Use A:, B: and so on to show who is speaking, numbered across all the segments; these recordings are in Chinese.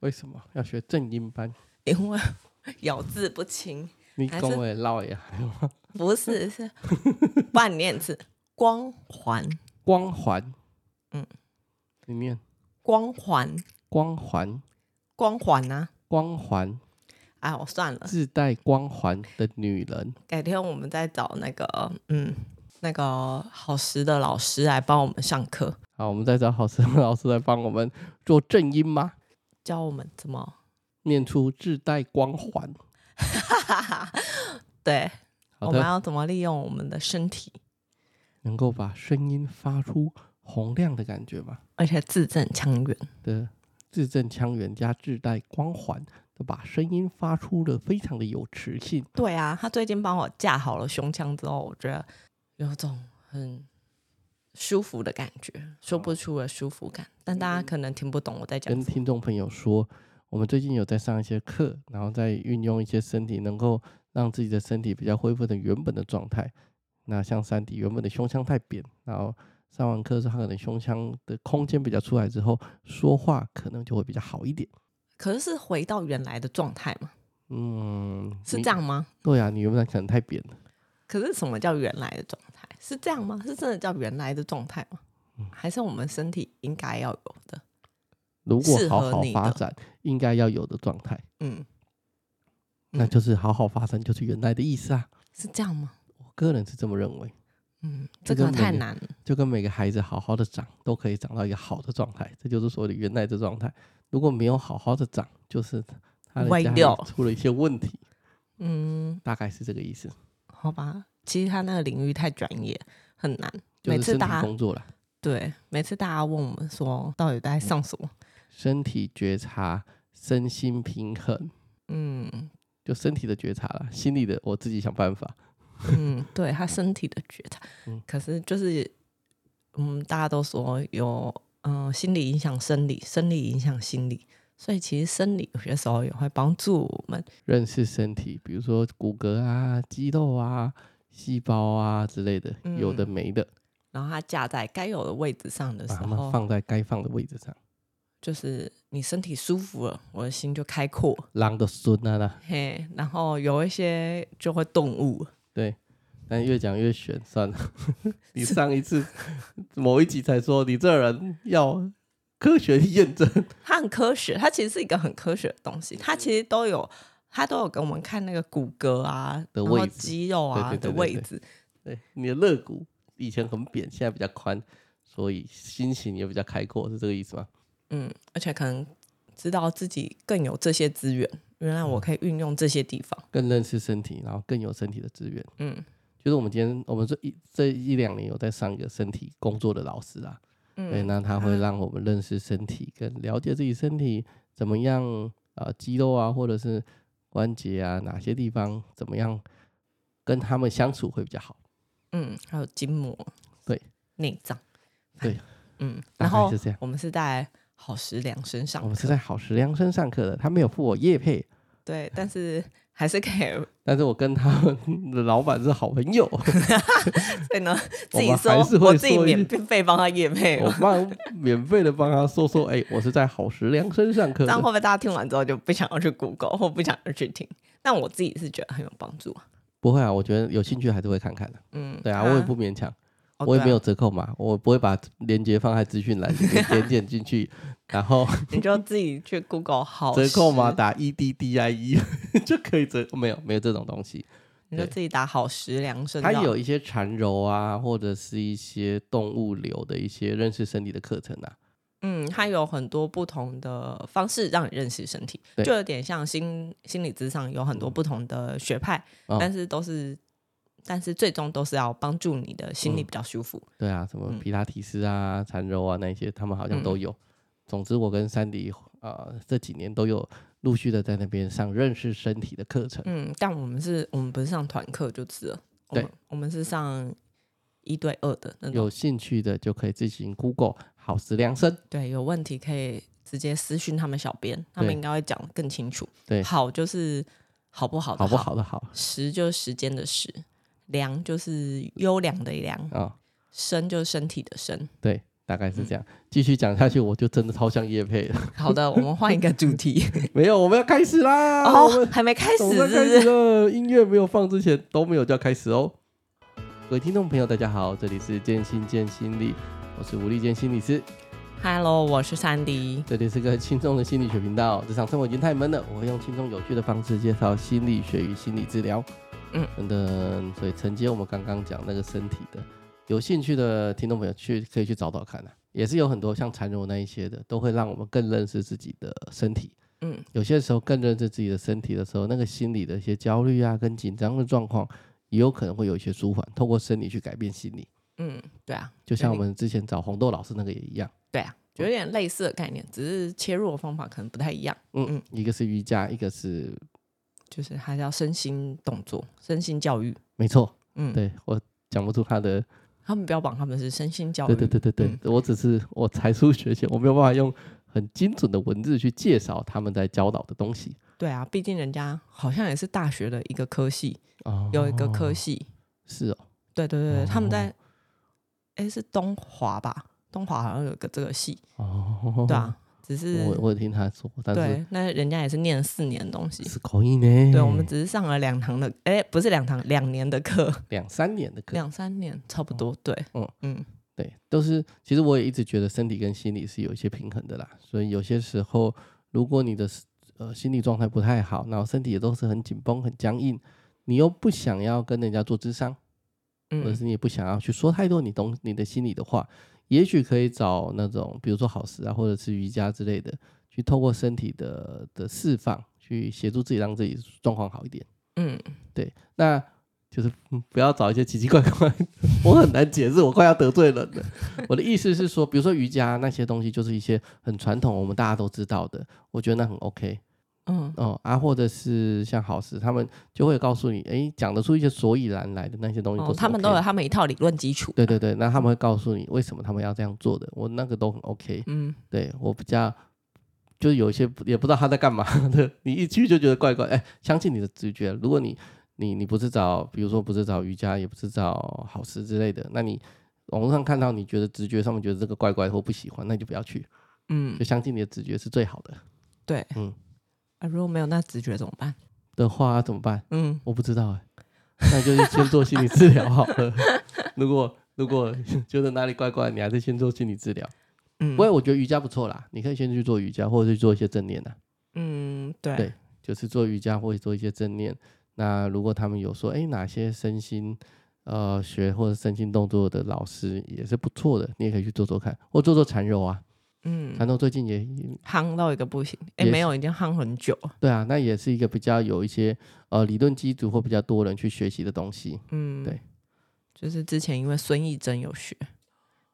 A: 为什么要学正音班？
B: 因为 咬字不清，
A: 你
B: 还是
A: 跟我也唠呀，
B: 不是是万念字光环
A: 光环，
B: 嗯，
A: 你念
B: 光环
A: 光环，
B: 光环啊！
A: 光环
B: 哎，我算了，
A: 自带光环的女人，
B: 改天我们再找那个嗯那个好时的老师来帮我们上课，
A: 好，我们再找好声老师来帮我们做正音吗？
B: 教我们怎么
A: 念出自带光环。
B: 对，
A: 好
B: 我们
A: 的，
B: 要怎么利用我们的身体，
A: 能够把声音发出洪亮的感觉吧？
B: 而且字正腔圆。
A: 的字正腔圆加自带光环，都把声音发出的非常的有磁性。
B: 对啊，他最近帮我架好了胸腔之后，我觉得有种很舒服的感觉，说不出的舒服感。但大家可能听不懂我在讲
A: 跟
B: 什么。
A: 听众朋友说，我们最近有在上一些课，然后再运用一些身体，能够让自己的身体比较恢复成原本的状态。那像山迪原本的胸腔太扁，然后上完课之后，他可能胸腔的空间比较出来之后，说话可能就会比较好一点。
B: 可是是回到原来的状态嘛？
A: 嗯，
B: 是
A: 你
B: 这。样吗？
A: 对啊，你原本可能太扁了。
B: 可是什么叫原来的状态？是这样吗？是真的叫原来的状态吗？还是我们身体应该要有的？
A: 如果
B: 适
A: 好
B: 合
A: 好
B: 你
A: 发
B: 的
A: 展，应该要有的状态，
B: 嗯，
A: 那
B: 嗯
A: 就是好好发展，就是原来的意思啊。
B: 是这样吗？
A: 我个人是这么认为，
B: 嗯，
A: 这
B: 这
A: 跟
B: 个太
A: 每个
B: 难了。
A: 就跟每个孩子好好的长，都可以长到一个好的状态，这就是所谓的原来的状态。如果没有好好的长，就是他的
B: 歪
A: 家里
B: 掉
A: 出了一些问题，
B: 嗯，
A: 大概是这个意思。
B: 好吧，其实他那个领域太专业，很难。
A: 就
B: 每
A: 是
B: 次
A: 身体
B: 大家
A: 工作了，
B: 对，每次大家问我们说到底在上什么，
A: 身体觉察、身心平衡，
B: 嗯
A: 就身体的觉察了，心理的我自己想办法。
B: 嗯，对他身体的觉察，
A: 嗯
B: 可是就是嗯，大家都说有嗯、呃心理影响生理，生理影响心理，所以其实生理有些时候也会帮助我们，
A: 认识身体，比如说骨骼啊、肌肉啊、细胞啊之类的，有的
B: 嗯
A: 没的，
B: 然后它架在该有的位置上的时
A: 把它们
B: 候，
A: 放在该放的位置上。
B: 就是你身体舒服了，我的心就开阔，
A: 狼的孙啊啦，
B: 嘿，然后有一些就会动物，
A: 对，但越讲越悬，算了。你上一次某一集才说你这人要科学验证，
B: 它很科学，它其实是一个很科学的东西，它其实都有，它都有给我们看那个骨骼啊
A: 的
B: 然后
A: 位置
B: 肌肉啊
A: 对对对对
B: 的位置，
A: 对，你的肋骨以前很扁，现在比较宽，所以心情也比较开阔，是这个意思吗？
B: 嗯，而且可能知道自己更有这些资源，原来
A: 嗯
B: 我可以运用这些地方，
A: 更认识身体，然后更有身体的资源。
B: 嗯
A: 就是我们今天，我们这一这一两年有在上一个身体工作的老师啊，对，
B: 嗯
A: 那它会让我们认识身体，跟了解自己身体怎么样，呃，肌肉啊，或者是关节啊，哪些地方怎么样跟他们相处会比较好。
B: 嗯，还有筋膜，
A: 对，
B: 内脏，
A: 对，
B: 嗯，
A: 大
B: 然
A: 概
B: 后
A: 是哦这样
B: 我们是在好食粮身上
A: 我们是
B: 课，
A: 在好食量身上课的，他没有付我业配，
B: 对，但是还是可以，
A: 但是我跟他们的老板是好朋友，
B: 所以呢，自己
A: 们
B: 说
A: 还是，会
B: 我自己
A: 说一哦
B: 免费帮他夜配
A: 我
B: 嘛，
A: 帮免费的帮他说说，哎、我是在好食量身上课
B: 这样会
A: 的。
B: 不会大家听完之后就不想要去 Google 或不想要去听？但我自己是觉得很有帮助啊。
A: 不会啊，我觉得有兴趣还是会看看的。
B: 嗯，
A: 对啊，
B: 它
A: 我也不，勉强。
B: 哦
A: 我也没，有
B: 对
A: 折扣嘛，我不会把链接放在资讯栏里面，点点进 去，然后
B: 啊你就自己去 Google 好
A: 折扣嘛，
B: 时？
A: 打 E D D I E 就可以折，没有没有这种东西。
B: 你就
A: 对
B: 自己打好食粮生
A: 它
B: 料。
A: 有一些缠柔啊，或者是一些动物流的一些认识身体的课程啊，
B: 嗯，它有很多不同的方式让你认识身体，
A: 对
B: 就有点像心心理之上有很多不同的学派，
A: 哦
B: 但是都是。但是最终都是要帮助你的
A: 嗯
B: 心里比较舒服。
A: 对啊，什么
B: 嗯
A: 皮拉提斯啊、缠柔啊那一些，他们好像都有。总之，我跟珊迪呃这几年都有陆续的在那边上认识身体的课程，
B: 嗯，但我们是我们不是上团课就是了，我
A: 对
B: 们，我们是上一对二的啊那种。
A: 有兴趣的就可以自行 Google 好食量身。
B: 对，有问题可以直接私讯他们小编，他们
A: 对
B: 应该会讲得更清楚。
A: 对
B: 好就是好不好的
A: 好不好的好
B: 时就是时间的时，良就是优良的良，
A: 啊、
B: 身就是身体的身。
A: 对，大概
B: 嗯
A: 是这样。继续讲下去，我就真的超像叶配了。
B: 好的，我们换一个主题。
A: 没有，我们要开始啦！啊我
B: 哦
A: 们，
B: 还没开始
A: 我
B: 是
A: 们
B: 不
A: 开始
B: 是？
A: 了，音乐没有放之前都没有就要开始哦。各位听众朋友，大家好，这里是健心健心理，我是吴丽健心理师，
B: Hello，我是珊迪。
A: 这里是个轻松的心理学频道。职场生活已经太闷了，我会用轻松有趣的方式介绍心理学与心理治疗。
B: 嗯
A: 等等，所以承接我们刚刚讲那个身体的，有兴趣的听众朋友去可以去找找看啊，也是有很多像缠柔那一些的，都会让我们更认识自己的身体。
B: 嗯，
A: 有些时候更认识自己的身体的时候，那个心理的一些焦虑啊，跟紧张的状况，也有可能会有一些舒缓，透过生理去改变心理。
B: 嗯，对啊，
A: 就像我们之前找红豆老师那个也一样，
B: 对啊，有点类似的概念，只是切入的方法可能不太一样。
A: 嗯，
B: 嗯
A: 一个是瑜伽，一个是
B: 就是它叫身心动作、身心教育。
A: 没错，
B: 嗯，，
A: 对我讲不出他的，
B: 他们标榜他们是身心教育。
A: 对对对对对，
B: 嗯
A: 我只是我才疏学浅，我没有办法用很精准的文字去介绍他们在教导的东西。
B: 对啊，毕竟人家好像也是大学的一个科系，
A: 哦
B: 有一个科系。
A: 是哦，
B: 对对对，对他们
A: 哦
B: 在，哎，是东华吧？东华好像有个这个系，
A: 哦，
B: 对啊，只是
A: 我我有听他说，但是
B: 对，那人家也是念了四年的东西。
A: 是口音呢，
B: 对，我们只是上了两堂的，哎，不是两堂，两年的课，
A: 两三年的课，
B: 两三年差不多。对，
A: 嗯
B: 嗯嗯
A: 对，都是其实我也一直觉得身体跟心理是有一些平衡的啦，所以有些时候如果你的呃心理状态不太好，然后身体也都是很紧绷、很僵硬，你又不想要跟人家做智商，或者
B: 嗯
A: 是你也不想要去说太多你懂你的心理的话，也许可以找那种比如说好食啊，或者是瑜伽之类的，去透过身体的的释放，去协助自己让自己状况好一点。
B: 嗯，
A: 对，那就是嗯不要找一些奇奇怪怪 的，我很难解释，我快要得罪人了。我的意思是说，比如说瑜伽那些东西，就是一些很传统，我们大家都知道的，我觉得那很 OK
B: 嗯
A: 哦啊，或者是像好事，他们就会告诉你，哎，讲得出一些所以然来的那些东西、
B: 哦，他们都有。他们一套理论基础。
A: 对对对，那他们会告诉你为什么他们要这样做的，我那个都很 OK。
B: 嗯，
A: 对我比较就是有一些不也不知道他在干嘛的，你一去就觉得怪怪。哎，相信你的直觉，如果你你你不是找，比如说不是找瑜伽，也不是找好吃之类的，那你网络上看到你觉得直觉上面觉得这个怪怪或不喜欢，那你就不要去，
B: 嗯
A: 就，相信你的直觉是最好的。
B: 对，
A: 嗯
B: 嗯，啊，如果没有那直觉怎么办？
A: 的话怎么办？
B: 嗯，
A: 我不知道哎、那就是先做心理治疗好了。 如果如果 觉得哪里怪怪，你还是先做心理治疗。
B: 嗯
A: 不过我觉得瑜伽不错啦，你可以先去做瑜伽，或者去做一些正念啊。
B: 嗯，对，
A: 对就是做瑜伽或者做一些正念。那如果他们有说，哎，哪些身心呃学或者身心动作的老师也是不错的，你也可以去做做看，或做做缠柔啊。
B: 嗯，
A: 缠柔最近也
B: 夯到一个不行，哎，
A: 也
B: 没有，已经夯很久了。
A: 对啊，那也是一个比较有一些呃理论基础或比较多人去学习的东西。
B: 嗯，
A: 对，
B: 就是之前因为孙艺珍有学，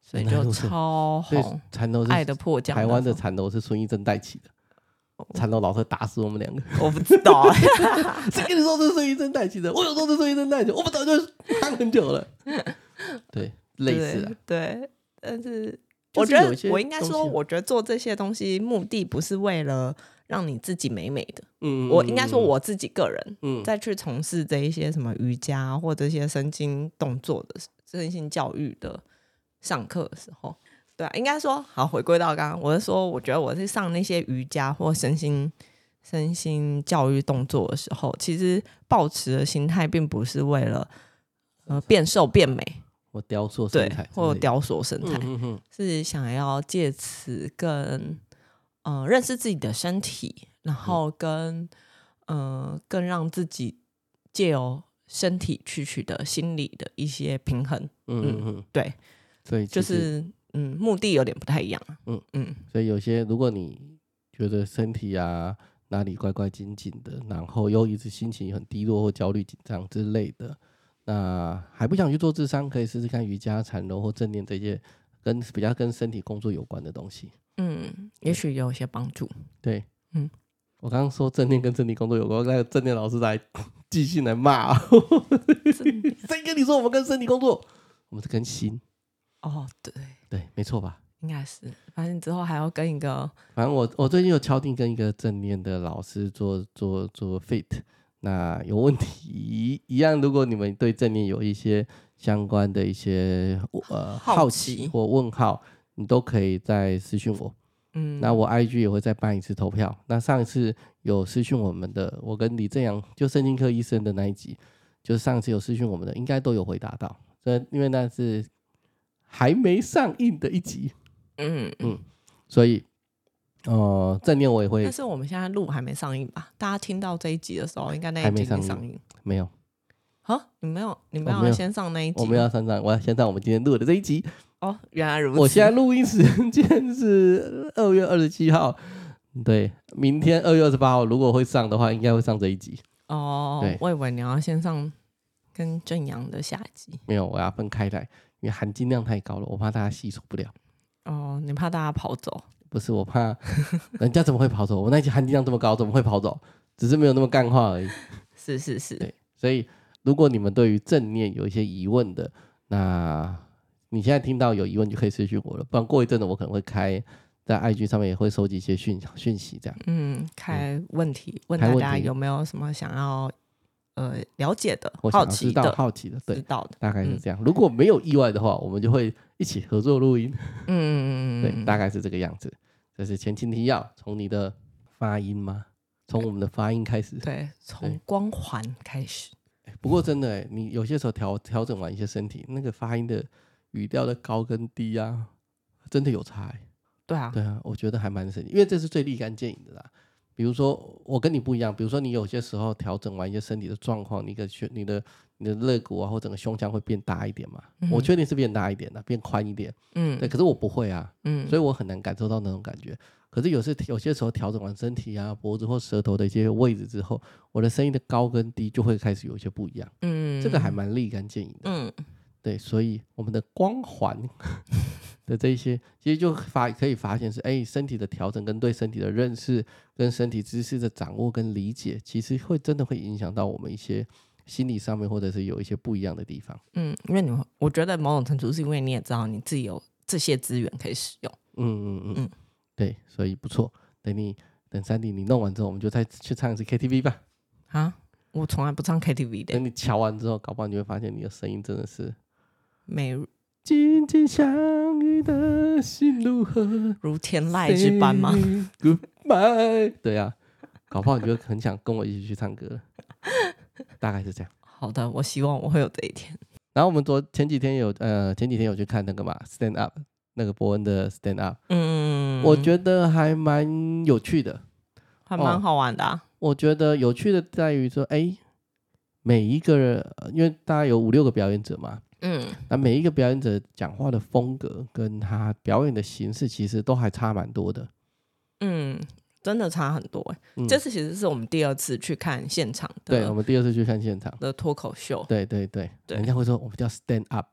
B: 所以
A: 原来如
B: 就
A: 此
B: 超
A: 所以
B: 红，
A: 缠柔是
B: 爱的哦迫降那
A: 台
B: 种。
A: 湾的缠柔是孙艺珍带起的，缠柔老师打死我们两 个。
B: 我不知 道，
A: 谁跟你说这是孙艺珍带起的？我有说这是孙艺珍带起的，我们早就看很久 了。对，类似啊，
B: 对，对但是
A: 就
B: 我
A: 是
B: 觉
A: 有一些
B: 得我应该
A: 东
B: 说，
A: 西啊
B: 我觉得做这些东西目的不是为了让你自己美美的，
A: 嗯
B: 我应该说我自己个人
A: 嗯
B: 再去从事这一些什么瑜伽啊或这些身心动作的身心教育的上课的时候，对啊，应该说好回归到刚刚，我是说，我觉得我是上那些瑜伽或身心身心教育动作的时候，其实抱持的心态并不是为了呃变瘦变美，
A: 我雕塑身材
B: 对
A: 之类，的，
B: 或者雕塑身材，
A: 嗯嗯嗯
B: 是想要借此更呃认识自己的身体，
A: 嗯
B: 然后跟、呃更让自己借由身体去取得心理的一些平衡。
A: 嗯嗯嗯，
B: 对，
A: 所以其
B: 就
A: 实
B: 是嗯，目的有点不太一样啊。
A: 嗯
B: 嗯
A: 所以有些如果你觉得身体啊哪里怪怪紧紧的，然后又一直心情很低落或焦虑紧张之类的，那还不想去做智商，可以试试看瑜伽、禅柔或正念这些跟比较跟身体工作有关的东西。
B: 嗯，也许有一些帮助。
A: 对，
B: 嗯，
A: 我刚刚说正念跟身体工作有关，那个正念老师来 寄信来骂、 谁跟你说我们跟身体工作？我们是跟心，
B: 哦，对，
A: 对，没错吧？
B: 应该是，反正之后还要跟一个
A: 反正我我最近有敲定跟一个正念的老师做做做 fit，那有问题一样，如果你们对正念有一些相关的一些呃
B: 好
A: 好
B: 奇
A: 奇或问号，你都可以再私讯我。
B: 嗯，
A: 那我 IG 也会再办一次投票。那上一次有私讯我们的，我跟李正阳就神经科医生的那一集，就是上次有私讯我们的，应该都有回答到。这因为那是还没上映的一集，
B: 嗯，
A: 所以呃，正念我也会
B: 但是我们现在录还没上映吧？大家听到这一集的时候，应该那
A: 还
B: 一
A: 没
B: 集已经
A: 上
B: 上映。
A: 没有，
B: 啊，你没有，你没
A: 我没
B: 有
A: 有
B: 先上那一集？
A: 我们要上上，我要先上我们今天录的这一集。
B: 哦，原来如此。
A: 我现在录音时间是二月二十七号，对，明天二月二十八号如果会上的话，应该会上这一集。
B: 哦
A: 对，
B: 我以为你要先上跟正阳的下集。
A: 没有，我要分开来，因为含金量太高了，我怕大家吸收不了。
B: 哦，你怕大家跑走？
A: 不是我怕， 人家怎么会跑走？我那集含金量这么高，怎么会跑走？只是没有那么干话而已。
B: 是是是，
A: 对，所以如果你们对于正念有一些疑问的，那你现在听到有疑问就可以私讯我了，不然过一阵子我可能会开在 IG 上面也会收集一些讯讯息，这样
B: 嗯，开问题问
A: 开
B: 大
A: 问
B: 家
A: 题
B: 有没有什么想要呃了解的
A: 我、想
B: 好
A: 要知
B: 奇
A: 道
B: 的、
A: 好奇的，
B: 知
A: 对，
B: 道的。
A: 大概是
B: 嗯
A: 这样。如果没有意外的话，我们就会一起合作录音，
B: 嗯，
A: 对，大概是这个样子。这是前情提要，从你的发音吗？从我们的发音开始。
B: 对，从
A: 对
B: 光环开始。
A: 不过真的欸，你有些时候调调整完一些身体，那个发音的语调的高跟低啊，真的有差欸。
B: 对啊，
A: 对啊，我觉得还蛮神奇，因为这是最立竿见影的啦。比如说我跟你不一样，比如说你有些时候调整完一些身体的状况，你的胸、你的、你的肋骨啊，或整个胸腔会变大一点嘛。我
B: 嗯
A: 确定是变大一点的、啊变宽一点。
B: 嗯
A: 对，可是我不会啊，
B: 嗯，
A: 所以我很难感受到那种感觉。可是有时有些时候调整完身体啊、脖子或舌头的一些位置之后，我的声音的高跟低就会开始有一些不一样。
B: 嗯，
A: 这个还蛮立竿见影的。
B: 嗯
A: 对，所以我们的光环的这一些，其实就发可以发现是，哎，身体的调整跟对身体的认识，跟身体知识的掌握跟理解，其实会真的会影响到我们一些心理上面，或者是有一些不一样的地方。
B: 嗯，因为你会我觉得某种程度是因为你也知道你自己有这些资源可以使用。
A: 嗯嗯嗯
B: 嗯，
A: 对，所以不错。等你等三弟你弄完之后，我们就再去唱一次 KTV 吧。
B: 啊，我从来不唱 KTV 的，
A: 等你瞧完之后，搞不好你会发现你的声音真的是
B: 美
A: 紧紧相依的心如何。
B: 如天籁之般吗？
A: Say？Goodbye。对啊，搞不好你就很想跟我一起去唱歌了， 大概是这样。
B: 好的，我希望我会有这一天。
A: 然后我们昨前几天有呃前几天有去看那个嘛 Stand Up 那个伯恩的 Stand Up，、
B: 嗯，
A: 我觉得还蛮有趣的。
B: 还
A: 哦
B: 蛮好玩的、啊。
A: 我觉得有趣的在于说，哎，每一个人，呃因为大概有五六个表演者嘛，
B: 嗯
A: 那每一个表演者讲话的风格跟他表演的形式其实都还差蛮多的。
B: 嗯，真的差很多、欸。
A: 嗯
B: 这次其实是我们第二次去看现场
A: 对，我
B: 的
A: 们第二次去看现场，
B: 的脱口秀。
A: 对对对，
B: 对
A: 人家会说我们叫 Stand Up。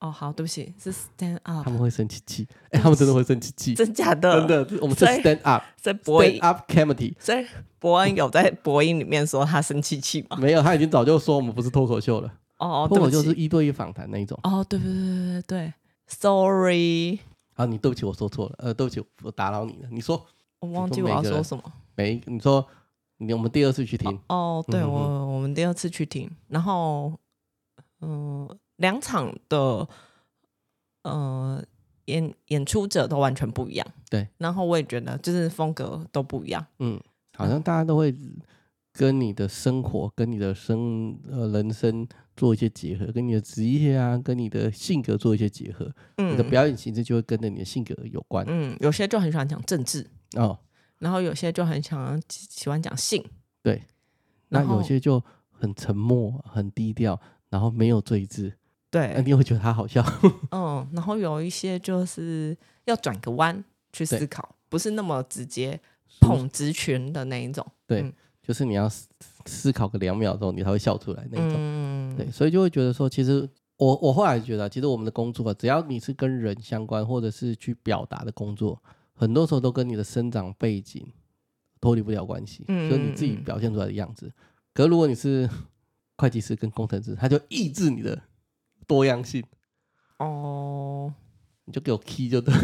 B: 哦，好，对不起，是 stand
A: 他
B: up，
A: 们会生气气，哎、他们真的会生气气，
B: 真假
A: 真，
B: 的？
A: 的，我们是
B: 所以
A: stand up，stand
B: 在播音，
A: up comedy，
B: 所以伯恩有在播音里面说他生气气吗？
A: 没有，他已经早就说我们不是脱口秀了，
B: 啊哦，
A: 脱
B: 对
A: 口
B: 不
A: 秀是
B: 起。
A: 一对一访谈那一种。
B: 哦，对对对对对，sorry，
A: 啊，你对不起，我说错了，呃，对不起，我打扰你了。你说
B: 我忘记我要说什么。
A: 每一个，你说你我们第二次去听，
B: 哦，对
A: 嗯哼
B: 我我们第二次去听，然后嗯、呃两场的呃演演出者都完全不一样，
A: 对，
B: 然后我也觉得就是风格都不一样，
A: 嗯，好像大家都会跟你的生活、跟你的生呃人生做一些结合，跟你的职业啊，跟你的性格做一些结合，
B: 嗯，
A: 你的表演形式就会跟着你的性格有关、
B: 嗯，有些就很喜欢讲政治，
A: 哦。
B: 然后有些就很想喜欢讲性，
A: 对，那
B: 然后
A: 有些就很沉默、很低调，然后没有睿智，那
B: 对，
A: 你会觉得他好 笑。
B: 嗯，然后有一些就是要转个弯去
A: 对
B: 思考，不是那么直接碰直群的那一种，
A: 就是你要思思考个两秒钟，你才会笑出来那一种。
B: 嗯，
A: 对，所以就会觉得说，其实我我后来觉得啊，其实我们的工作啊，只要你是跟人相关，或者是去表达的工作，很多时候都跟你的生长背景脱离不了关系，
B: 嗯
A: 就是你自己
B: 嗯嗯
A: 表现出来的样子。可如果你是会计师跟工程师，他就抑制你的多样性，
B: 哦。
A: 你就给我 key 就对了。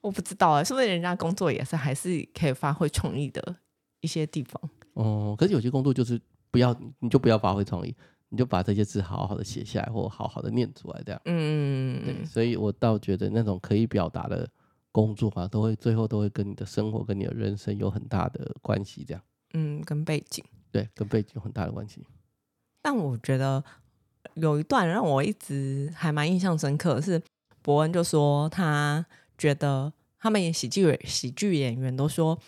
B: 我不知道哎、说不定人家工作也是还是可以发挥创意的一些地方。
A: 哦，可是有些工作就是不要，你就不要发挥创意，你你就把这些字好好的写下来，或好好的念出来，这样。
B: 嗯，
A: 对，所以我倒觉得那种可以表达的工作啊，都会最后都会跟你的生活、跟你的人生有很大的关系，这样。
B: 嗯，跟背景。
A: 对，跟背景有很大的关系。
B: 但我觉得有一段让我一直还蛮印象深刻的是，伯恩就说他觉得他们演喜剧演喜剧演员都说，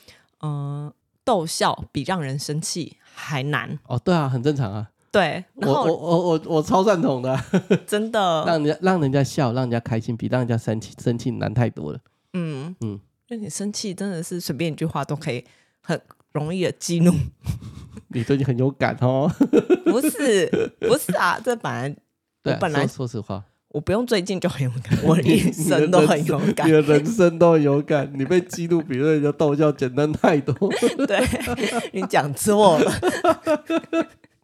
B: 嗯、逗笑比让人生气还难。
A: 哦，对啊，很正常啊。
B: 对，
A: 我
B: 然
A: 我
B: 后哦
A: 我我我超赞同的啊、
B: 真的，
A: 让人家让人家笑，让人家开心，比让人家生气生气难太多了。
B: 嗯
A: 嗯
B: 嗯，就你生气真的是随便一句话都可以很容易的激怒，
A: 你最近很有感哦。
B: 不是不是啊，这本来
A: 对啊、
B: 本来
A: 说说实话，
B: 我不用最近就很有感，我一生都很有感
A: 你，的人生都很有感，你被激怒比人家逗笑简单太多。
B: 对 你讲错了。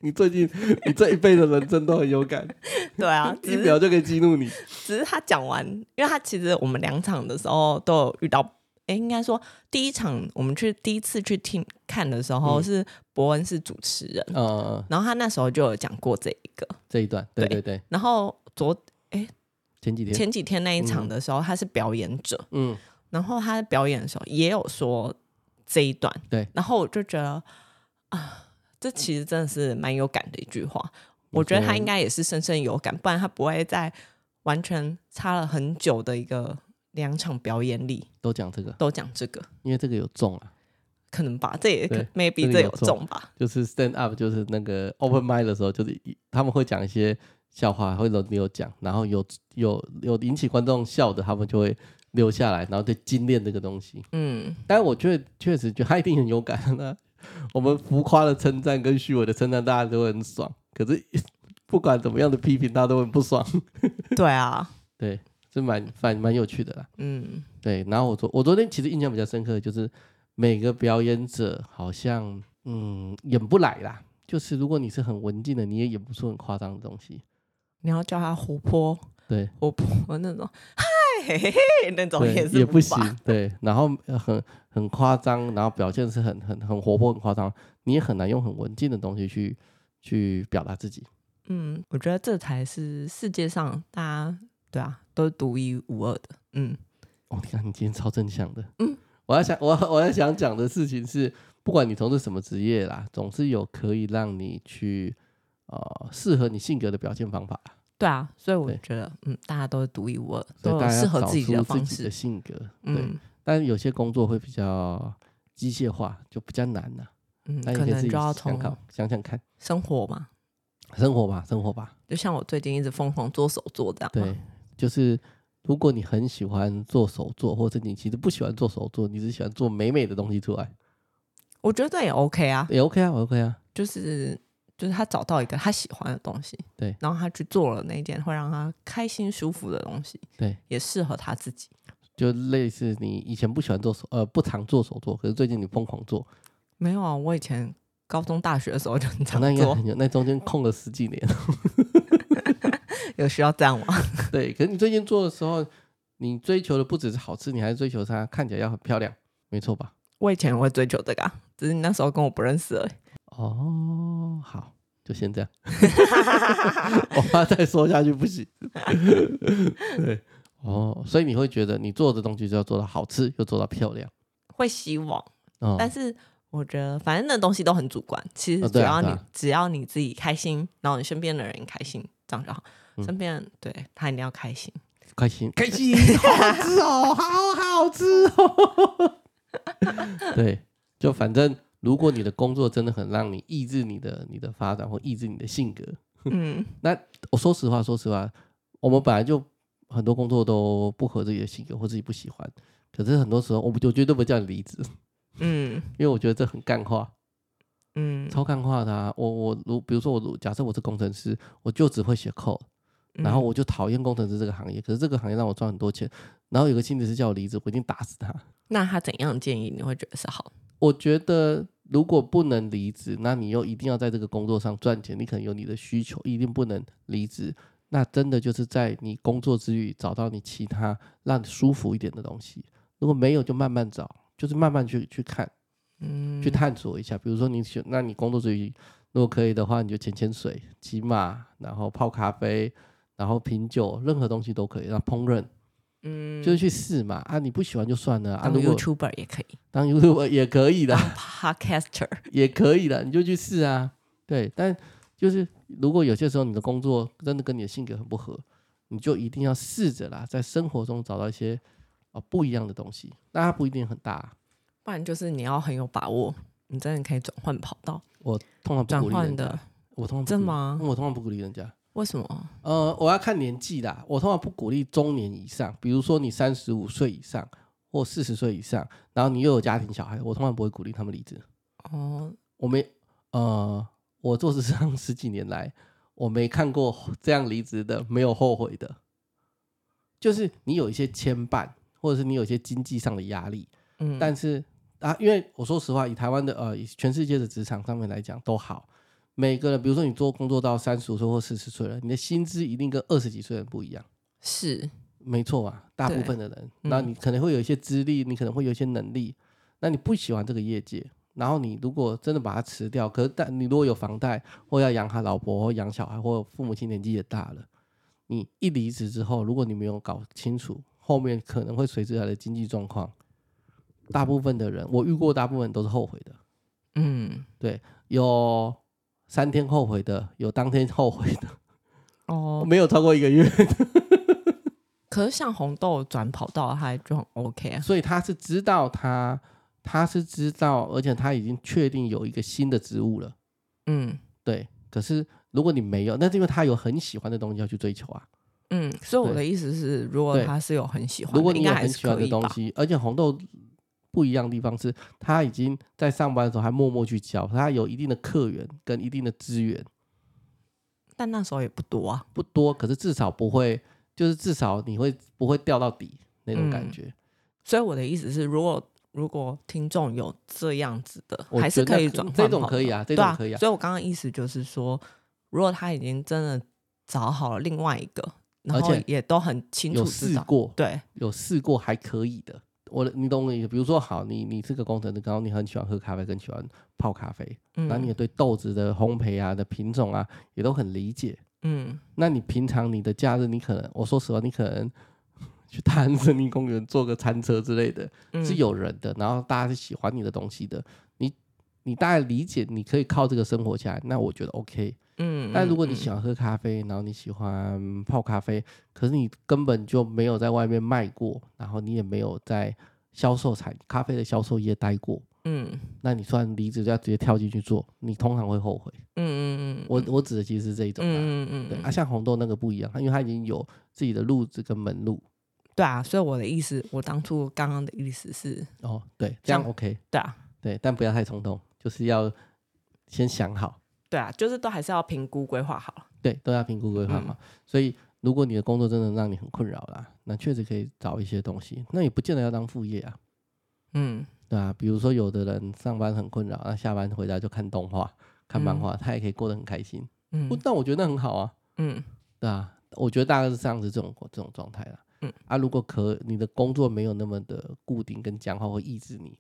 A: 你最近你这一辈的人生都很有感，
B: 对 啊，
A: 一
B: 只
A: 秒
B: 是
A: 就可以激怒你。
B: 只是他讲完，因为他其实我们两场的时候都有遇到，哎、应该说第一场我们去第一次去听看的时候
A: 嗯
B: 是伯恩是主持人，
A: 呃，
B: 然后他那时候就有讲过这一个，
A: 这一段，对对
B: 对
A: 对，
B: 然后昨
A: 前几天，
B: 前几天那一场的时候他是表演者，
A: 嗯，
B: 然后他表演的时候也有说这一段，
A: 对，
B: 然后我就觉得啊，这其实真的是蛮有感的一句话。
A: 没
B: 我觉得
A: 错
B: 他应该也是深深有感，不然他不会在完全差了很久的一个两场表演里
A: 都讲这个，
B: 都讲这个，
A: 因为这个有中啊，
B: 可能吧，这也可
A: 对
B: maybe
A: 这
B: 这
A: 个有
B: 有中吧，
A: 就是 stand up，就是那个 open m i d 的时候，就是一他们会讲一些笑话，会轮流讲，然后有有有引起观众笑的，他们就会留下来，然后就精炼这个东西。
B: 嗯，
A: 但我觉得确实觉得他一定很有感啊。我们浮夸的称赞跟虚伪的称赞，大家都会很爽。可是不管怎么样的批评，大家都很不爽，
B: 对啊，
A: 对， 是蛮蛮蛮有趣的啦。
B: 嗯
A: 对，然后我昨我昨天其实印象比较深刻的就是每个表演者好像嗯演不来啦，就是如果你是很文静的，你也演不出很夸张的东西。
B: 你要叫他活泼
A: 对，
B: 活泼那种， 嗨嘿嘿嘿那种
A: 对，
B: 也是
A: 也
B: 无
A: 不
B: 法
A: 行，对，然后呃很很夸张，然后表现是很很很活泼、很夸张，你也很难用很文静的东西去去表达自己。
B: 嗯，我觉得这才是世界上大家对啊都独一无二的。嗯
A: 哦，你看你今天超正向的，
B: 嗯，
A: 我要想我要我要想讲的事情是，不管你从事什么职业啦，总是有可以让你去呃适合你性格的表现方法啦，
B: 对啊，所以我
A: 对
B: 觉得嗯，大家都是独一无二，
A: 所
B: 都
A: 以大家
B: 有哦适
A: 要
B: 合
A: 找
B: 自己
A: 出
B: 的
A: 自
B: 方
A: 己的
B: 式。
A: 性格，对，
B: 嗯
A: 但有些工作会比较机械化，就比较难呐、
B: 嗯，
A: 那你
B: 可
A: 以自
B: 能
A: 己
B: 就要
A: 想
B: 从
A: 考想想看，
B: 生活嘛，
A: 生活吧，生活吧。
B: 就像我最近一直疯狂做手作这样。
A: 对，，就是如果你很喜欢做手作，或者你其实不喜欢做手作，你只喜欢做美美的东西出来，
B: 我觉得这也 OK 啊，
A: 也 OK 啊我，OK 啊。
B: 就是就是他找到一个他喜欢的东西，
A: 对，
B: 然后他去做了那一件会让他开心舒服的东西，
A: 对，
B: 也适合他自己。
A: 就类似你以前不喜欢做手，呃，不常做手作，可是最近你疯狂做，
B: 没有啊，我以前高中大学的时候就很常
A: 哦那应该
B: 做，
A: 很久，那中间空了 十几年。
B: 有需要这样吗？
A: 对，可是你最近做的时候，你追求的不只是好吃，你还追求它看起来要很漂亮，没错吧？
B: 我以前也会追求这个、啊，只是你那时候跟我不认识而已。
A: 哦，好，就先 这样。 我怕再说下去不行。对，哦，所以你会觉得你做的东西就要做到好吃，又做到漂亮。
B: 会希望，
A: 哦，
B: 但是我觉得反正那东西都很主观。其
A: 哦
B: 实只
A: 对啊
B: 要你、
A: 对啊
B: 只要你自己开心，然后你身边的人开心，这样就好。
A: 嗯
B: 身边人对他一定要开心。
A: 开心，开心，好好吃哦，好好吃哦。 对，就反正如果你的工作真的很让你抑制你的你的发展或抑制你的性格，
B: 嗯，
A: 我说实话，说实话，我们本来就很多工作都不合自己的性格或自己不喜欢，可是很多时候我不我绝对不会叫你离职，
B: 嗯
A: 因为我觉得这很干话。
B: 嗯，
A: 超看化的啊！我我如比如说我如假设我是工程师，我就只会写 code，然后
B: 嗯
A: 我就讨厌工程师这个行业。可是这个行业让我赚很多钱，然后有个心理师叫我离职，我一定打死他。
B: 那他怎样建议你会觉得是好？
A: 我觉得如果不能离职，那你又一定要在这个工作上赚钱，你可能有你的需求，一定不能离职。那真的就是在你工作之余找到你其他让你舒服一点的东西。如果没有，就慢慢找，就是慢慢去去看。
B: 嗯，
A: 去探索一下。比如说你选，那你工作之余，如果可以的话，你就潜潜水、骑马，然后泡咖啡，然后品酒，任何东西都可以。那烹饪
B: 嗯，
A: 就是去试嘛。啊，你不喜欢就算了啊。
B: 当
A: 如果
B: YouTuber 也可以，
A: 当 YouTube 也可以的
B: 当，Podcaster
A: 也可以的，你就去试啊。对，但就是如果有些时候你的工作真的跟你的性格很不合，你就一定要试着啦，在生活中找到一些哦不一样的东西。那它不一定很大啊、
B: 不然就是你要很有把握，你真的可以转换跑道，
A: 我通常
B: 转
A: 不鼓励
B: 换
A: 人啊嗯家
B: 的，
A: 我通常不
B: 真
A: 鼓励
B: 的吗
A: 我通常不鼓励人家。
B: 为什么？
A: 呃，我要看年纪啦，我通常不鼓励中年以上，比如说你三十五岁以上或四十岁以上，然后你又有家庭小孩，我通常不会鼓励他们离职。
B: 哦，
A: 我没呃，我做职场十几年来，我没看过这样离职的，没有后悔的。就是你有一些牵绊，或者是你有一些经济上的压力，
B: 嗯，
A: 但是啊，因为我说实话，以台湾的呃，以全世界的职场上面来讲都好，每个人，比如说你做工作到三十五岁或四十岁了，你的薪资一定跟二十几岁的人不一样，
B: 是
A: 没错吧？大部
B: 对
A: 分的人，
B: 嗯
A: 那你可能会有一些资历，你可能会有一些能力，那你不喜欢这个业界，然后你如果真的把它辞掉，可是但你如果有房贷或要养他老婆或养小孩，或父母亲年纪也大了，你一离职之后，如果你没有搞清楚，后面可能会随之来的经济状况，大部分的人我遇过，大部分都是后悔的，
B: 嗯，
A: 有三天后悔的，有当天后悔的，
B: 哦，
A: 没有超过一个月。
B: 可是像红豆转跑道，它就很 OK 啊。
A: 所以他是知道他，他是知道，而且他已经确定有一个新的职务了，
B: 嗯
A: 对。可是如果你没有，那是因为他有很喜欢的东西要去追求啊。
B: 嗯，所以我
A: 对
B: 的意思是，如果
A: 对
B: 他是有很喜欢的，
A: 如果
B: 应
A: 你有
B: 该还
A: 很
B: 是
A: 喜欢
B: 可
A: 的
B: 以
A: 东
B: 吧？
A: 西，而且红豆不一样的地方是，他已经在上班的时候还默默去教，他有一定的客源跟一定的资源，
B: 但那时候也不多啊。
A: 不多，可是至少不会，就是至少你会不会掉到底那种感
B: 嗯
A: 觉。
B: 所以我的意思是，如果如果听众有这样子的，
A: 我
B: 还是
A: 觉得
B: 可以
A: 可
B: 转换
A: 这种
B: 跑
A: 可以
B: 道
A: 啊这
B: 对
A: 种可以啊
B: 所以我刚刚意思就是说，如果他已经真的找好了另外一个，然
A: 而
B: 后
A: 且
B: 也都很清楚
A: 有
B: 知
A: 试
B: 道，
A: 过，
B: 对，
A: 有试过还可以的。我的你懂我的意思，比如说好，你你是个工程师，然后你很喜欢喝咖啡，更喜欢泡咖啡，
B: 嗯，
A: 那你也对豆子的烘焙啊的品种啊也都很理解。
B: 嗯，
A: 那你平常你的假日，你可能我说实话，你可能 去大安森林公园坐个餐车之类的，
B: 嗯
A: 是有人的，然后大家是喜欢你的东西的，你你大概理解，你可以靠这个生活下来，那我觉得 OK。
B: 嗯，
A: 但如果你喜
B: 想，
A: 欢喝咖啡，然后你喜欢泡咖啡，可是你根本就没有在外面卖过，然后你也没有在销售产咖啡的销售业待过，
B: 嗯嗯
A: 那你算离职就要直接跳进去做，你通常会后悔。
B: 嗯嗯，
A: 我我指的其实是这一种啊，
B: 嗯嗯嗯
A: 对
B: 嗯
A: 啊，像红豆那个不一样，因为他已经有自己的路子跟门路。
B: 对啊，所以我的意思，我当初刚刚的意思是，
A: 哦，对，这样
B: 像
A: OK，
B: 对啊，
A: 对，但不要太冲动，就是要先想好。
B: 对啊，就是都还是要评估规划好了。
A: 对，都要评估规划嘛。
B: 嗯
A: 所以，如果你的工作真的让你很困扰啦，那确实可以找一些东西。那也不见得要当副业啊，
B: 嗯，
A: 对啊。比如说，有的人上班很困扰，那下班回家就看动画、看漫
B: 嗯
A: 画，他也可以过得很开心。
B: 嗯
A: 不，那我觉得那很好啊，
B: 嗯
A: 对啊。我觉得大概是这样子这种这种状态啦。
B: 嗯
A: 啊，如果可你的工作没有那么的固定跟僵化或抑制你，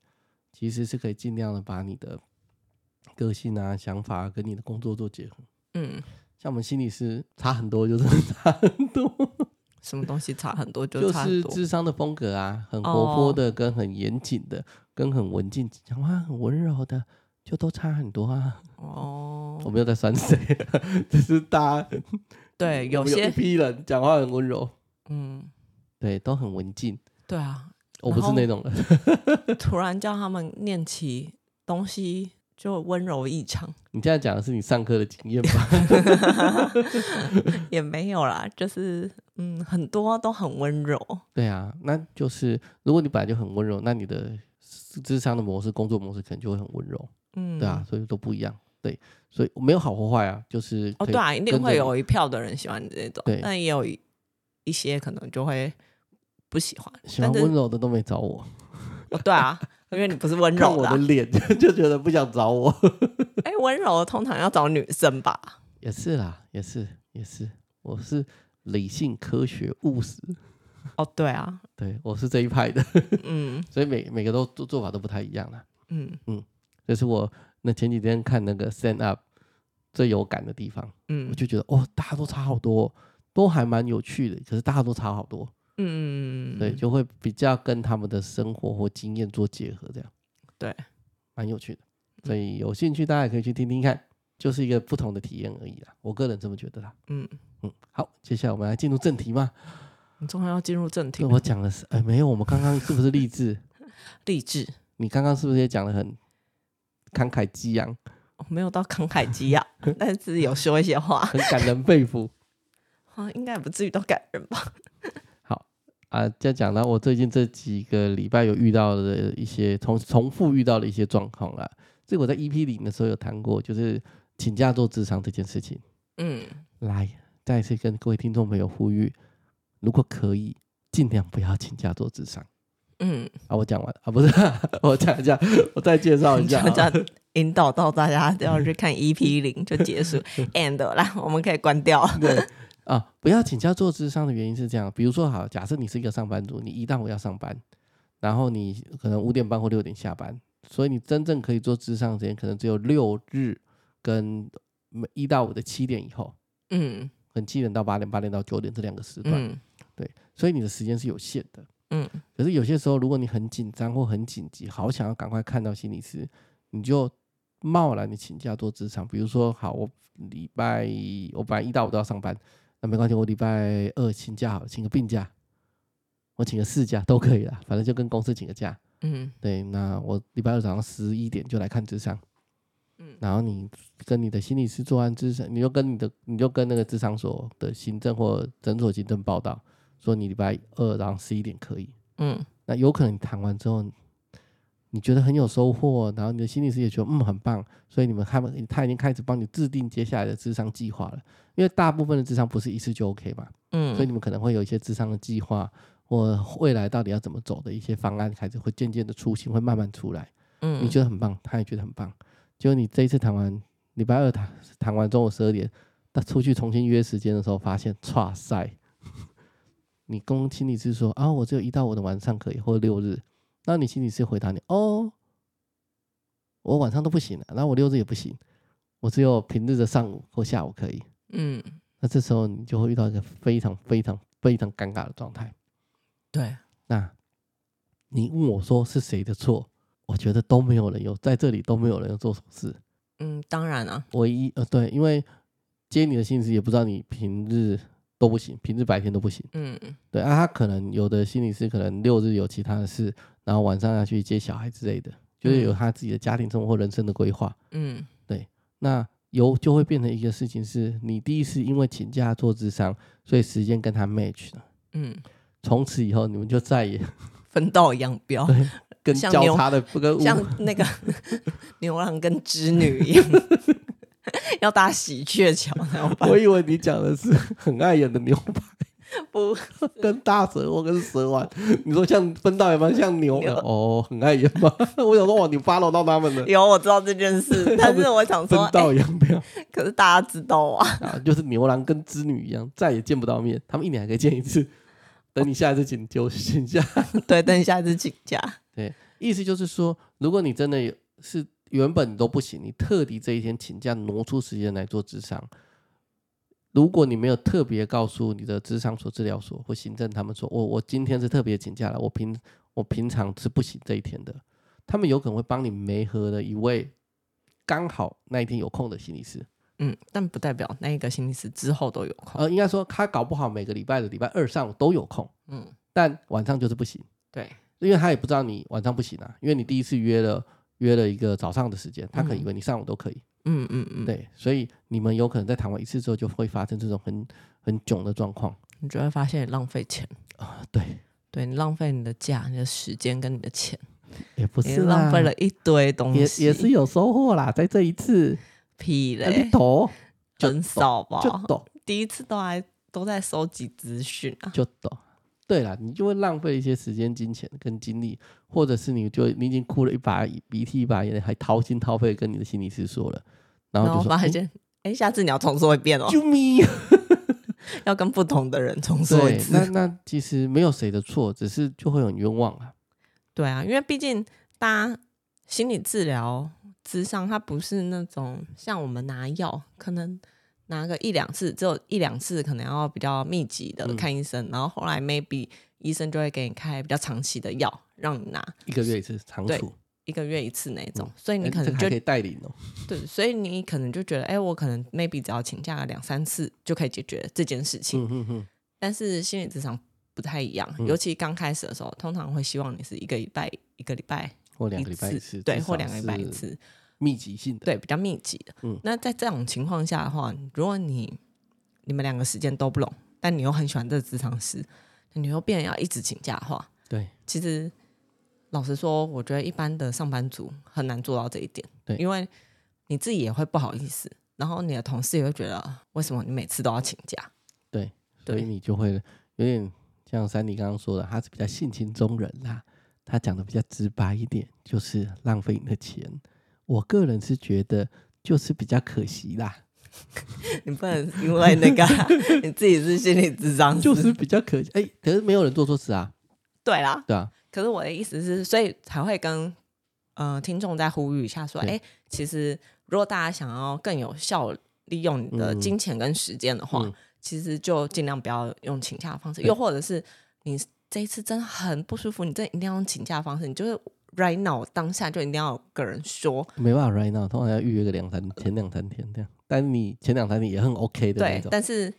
A: 其实是可以尽量的把你的个性啊、想法啊跟你的工作做结合。
B: 嗯，
A: 像我们心理师差很多，就是差很多，
B: 什么东西差很多
A: 就
B: 差很
A: 是
B: 多。哦
A: 智商的风格啊，很活泼的，跟很严谨的，跟很文静、讲话很温柔的，就都差很多啊。我
B: 哦，
A: 没有在酸谁，啊 只是大家
B: 对，有
A: 我们一
B: 些
A: 批人讲话很温柔，
B: 嗯，
A: 对，都很文静。
B: 对啊，
A: 我不是
B: 然后
A: 那种人，
B: 突然叫他们念起东西就温柔异常，
A: 你现在讲的是你上课的经验吧？
B: 也没有啦，就是嗯，很多都很温柔。
A: 对啊，那就是如果你本来就很温柔，那你的智商的模式、工作模式可能就会很温柔，
B: 嗯，
A: 对啊，，所以都不一样。对，所以没有好或坏啊，就是
B: 哦，
A: 可以
B: 对啊，一定
A: 跟着
B: 会
A: 你
B: 有一票的人喜欢这种
A: 对，
B: 但也有一一些可能就会不喜欢。
A: 喜
B: 但
A: 欢
B: 是
A: 温柔的都没找我。
B: 哦，对啊，因为你不是温
A: 看
B: 柔
A: 我的
B: 的啊、
A: 脸 就觉得不想找我。
B: 哎、温柔通常要找女生吧？
A: 也是啦，也是也是，我是理性、科学、务实，
B: 哦，对啊，
A: 对我是这一派的，
B: 嗯
A: 所以每每个都做做法都不太一样啦。
B: 嗯
A: 这是我那前几天看那个 Stand Up，最有感的地方，我
B: 嗯
A: 就觉得哦，大家都差好多哦、都还蛮有趣的，可是大家都差好多，
B: 嗯，
A: 对，就会比较跟他们的生活或经验做结合，这样，
B: 对，嗯
A: 蛮有趣的。所以有兴趣大家也可以去听听看，就是一个不同的体验而已啦。我个人这么觉得啦。
B: 嗯，
A: 嗯，好，接下来我们来进入正题嘛。
B: 你终于要进入正题
A: 对
B: 了，
A: 我讲的是，哎，没有，我们刚刚是不是励志？
B: 励志，
A: 你刚刚是不是也讲的很慷慨激昂，
B: 我没有到慷慨激 昂，但是有说一些话，
A: 很感人肺腑？
B: 啊应该也不至于到感人吧？
A: 啊，再讲到我最近这几个礼拜有遇到的一些重重复遇到的一些状况啦。这个我在 E EP 零的时候有谈过，就是请假做智商这件事情。
B: 嗯，
A: 来，再次跟各位听众朋友呼吁，如果可以，尽量不要请假做智商
B: 嗯，
A: 啊。我讲完了啊，不是， 我讲一下，我再介绍一
B: 就
A: 下啊。
B: 这样引导到大家都要去看 EP 零就 结束，end 啦，我们可以关掉了。
A: 对啊，不要请假做智商的原因是这样，比如说好，假设你是一个上班族，你一到五要上班，然后你可能五点半或六点下班，所以你真正可以做智商的时间可能只有六日跟每一到五的七点以后，
B: 嗯
A: 跟七点到八点、八点到九点这两个时段，
B: 嗯
A: 所以你的时间是有限的。
B: 嗯，
A: 可是有些时候，如果你很紧张或很紧急，好想要赶快看到心理师，你就贸然的请假做职场。比如说，好，我礼拜我本来一到五都要上班，那没关系，我礼拜二请假好了，请个病假， 我请个事假都可以啦，反正就跟公司请个假。
B: 嗯
A: 对，那我礼拜二早上十一点就来看智商，
B: 嗯
A: 然后你跟你的心理师做完智商，你就跟你的你就跟那个智商所的行政或诊所行政报道说你礼拜二早上十一点可以。
B: 嗯
A: 那有可能你谈完之后，你觉得很有收获，然后你的心理师也觉得嗯很棒，所以你们他们他已经开始帮你制定接下来的智商计划了。因为大部分的智商不是一次就 OK 嘛，
B: 嗯，
A: 所以你们可能会有一些智商的计划，或未来到底要怎么走的一些方案，开始会渐渐的雏形会慢慢出来。
B: 嗯
A: 你觉得很棒，他也觉得很棒。结果你这一次谈完，礼拜二谈谈完中午十二点，他出去重新约时间的时候，发现，哇塞，你跟心理师说啊，我只有一到五的晚上可以，或者六日。那你心理师回答你，哦，我晚上都不行了、那我六日也不行，我只有平日的上午或下午可以。
B: 嗯
A: 那这时候你就会遇到一个非常非常非常尴尬的状态。
B: 对，
A: 那你问我说是谁的错？我觉得都没有人有在这里都没有人有做什么事。
B: 嗯，当然啊，
A: 唯一呃对，因为接你的心理师也不知道你平日都不行，平日白天都不行。
B: 嗯
A: 对啊，他可能有的心理师可能六日有其他的事，然后晚上要去接小孩之类的，就是有他自己的家庭生活或人生的规划。
B: 嗯
A: 那有就会变成一个事情是，你第一次因为请假做智商，所以时间跟他 match 了。
B: 嗯，
A: 从此以后，你们就再也
B: 分道扬镳，
A: 跟
B: 像
A: 交
B: 牛
A: 叉的不跟
B: 像那个 牛郎跟织女一样， 要搭喜鹊桥那 种吧
A: 我以为你讲的是很碍眼的牛排
B: 不，
A: 跟大蛇或跟蛇丸，你说像分道扬镳像牛
B: 牛
A: 哦，很碍眼吗？ 我想说哇，你 follow 到他 们了，
B: 有我知道这件 事，但是我想说，
A: 分道扬镳、
B: 哎可是大家知道啊，
A: 啊，就是牛郎跟织女一样，再也见不到面，他们一年还可以见一次。等你下一次请就请假，
B: 对，等下次请假，
A: 意思就是说，如果你真的有是原本你都不行，你特地这一天请假挪出时间来做智商，如果你没有特别告诉你的智商所、治疗所或行政他们说，我我今天是特别请假了，我平我平常是不行这一天的，他们有可能会帮你媒合的一位刚好那一天有空的心理师，
B: 嗯，但不代表那一个星期四之后都有空，
A: 呃，应该说他搞不好每个礼拜的礼拜二上午都有空，
B: 嗯，
A: 但晚上就是不行。
B: 对，
A: 因为他也不知道你晚上不行啊，因为你第一次约了约了一个早上的时间，他可能以为你上午都可以，
B: 嗯嗯嗯，，
A: 对，所以你们有可能在谈完一次之后就会发生这种很很囧的状况
B: 你就会发现你浪费钱，
A: 啊，对，
B: 对你浪费你的假、你的时间跟你的钱，
A: 也不
B: 你
A: 是啦
B: 浪费了，一堆东
A: 也
B: 西，
A: 也是有收获啦，在这一 次，
B: 屁
A: 那你
B: 嘞，
A: 抖就
B: 很少吧，
A: 就抖
B: 第一次都还都在收集资讯啊，
A: 就抖。对啦，你就会浪费一些时间、金钱跟精力，或者是你就你已经哭了一把鼻涕一把眼泪，还掏心掏肺地跟你的心理师说了，然
B: 然
A: 后
B: 后
A: 就说
B: 发现，哎、下次你要重说一遍哦
A: 嗯，救命！
B: 要跟不同的人重说一
A: 对，那
B: 次。
A: 那其实没有谁的错，只是就会很冤枉啊。
B: 对啊，因为毕竟大家心理治疗智商它不是那种像我们拿药，可能拿个一两次，只有一两次，可能要比较密集的
A: 嗯
B: 看医生，然后后来 maybe 医生就会给你开比较长期的药让你拿，
A: 一个月一次长
B: 对
A: 处，
B: 一个月一次那种，
A: 嗯
B: 所以
A: 哎
B: 你可
A: 这个
B: 能
A: 还
B: 就
A: 可以带领哦。
B: 对，所以你可能就觉得，哎、我可能 maybe 只要请假个两三次就可以解决这件事情，
A: 嗯嗯嗯，
B: 但是心理智商不太一样，
A: 嗯
B: 尤其刚开始的时候，通常会希望你是一个礼拜一个礼拜
A: 或两
B: 一
A: 个礼拜一
B: 次，
A: 次，
B: 对，
A: 至少
B: 或两个礼拜一
A: 是
B: 次，
A: 密集性的。
B: 对，比较密集的。
A: 嗯
B: 那在这种情况下的话，如果你你们两个时间都不拢，但你又很喜欢这个职场师，你又变得要一直请假的话，
A: 对
B: 其实老实说，我觉得一般的上班族很难做到这一点，
A: 对
B: 因为你自己也会不好意思，然后你的同事也会觉得为什么你每次都要请假？
A: 对，所以
B: 对
A: 你就会有点像珊迪刚刚说的，他是比较性情中人啦，他讲的比较直白一点，就是浪费你的钱。我个人是觉得就是比较可惜啦，
B: 你不能因为那个啊 你自己是心理智商师，
A: 就是比较可惜。哎、可是没有人做错事啊，
B: 对啦，
A: 对啊，
B: 可是我的意思是，所以才会跟呃听众再呼吁一下，说，哎、
A: 对
B: 其实如果大家想要更有效利用你的
A: 嗯
B: 金钱跟时间的话，
A: 嗯
B: 其实就尽量不要用请假的方式，
A: 对
B: 又或者是你这一次真的很不舒服，你真的一定要用请假的方式，你就是 right now 当下就一定要有个人说，
A: 没办法，right now 通常要预约个两三前两三天这样，但你前两三天也很 OK 的那
B: 对，
A: 种。
B: 但是。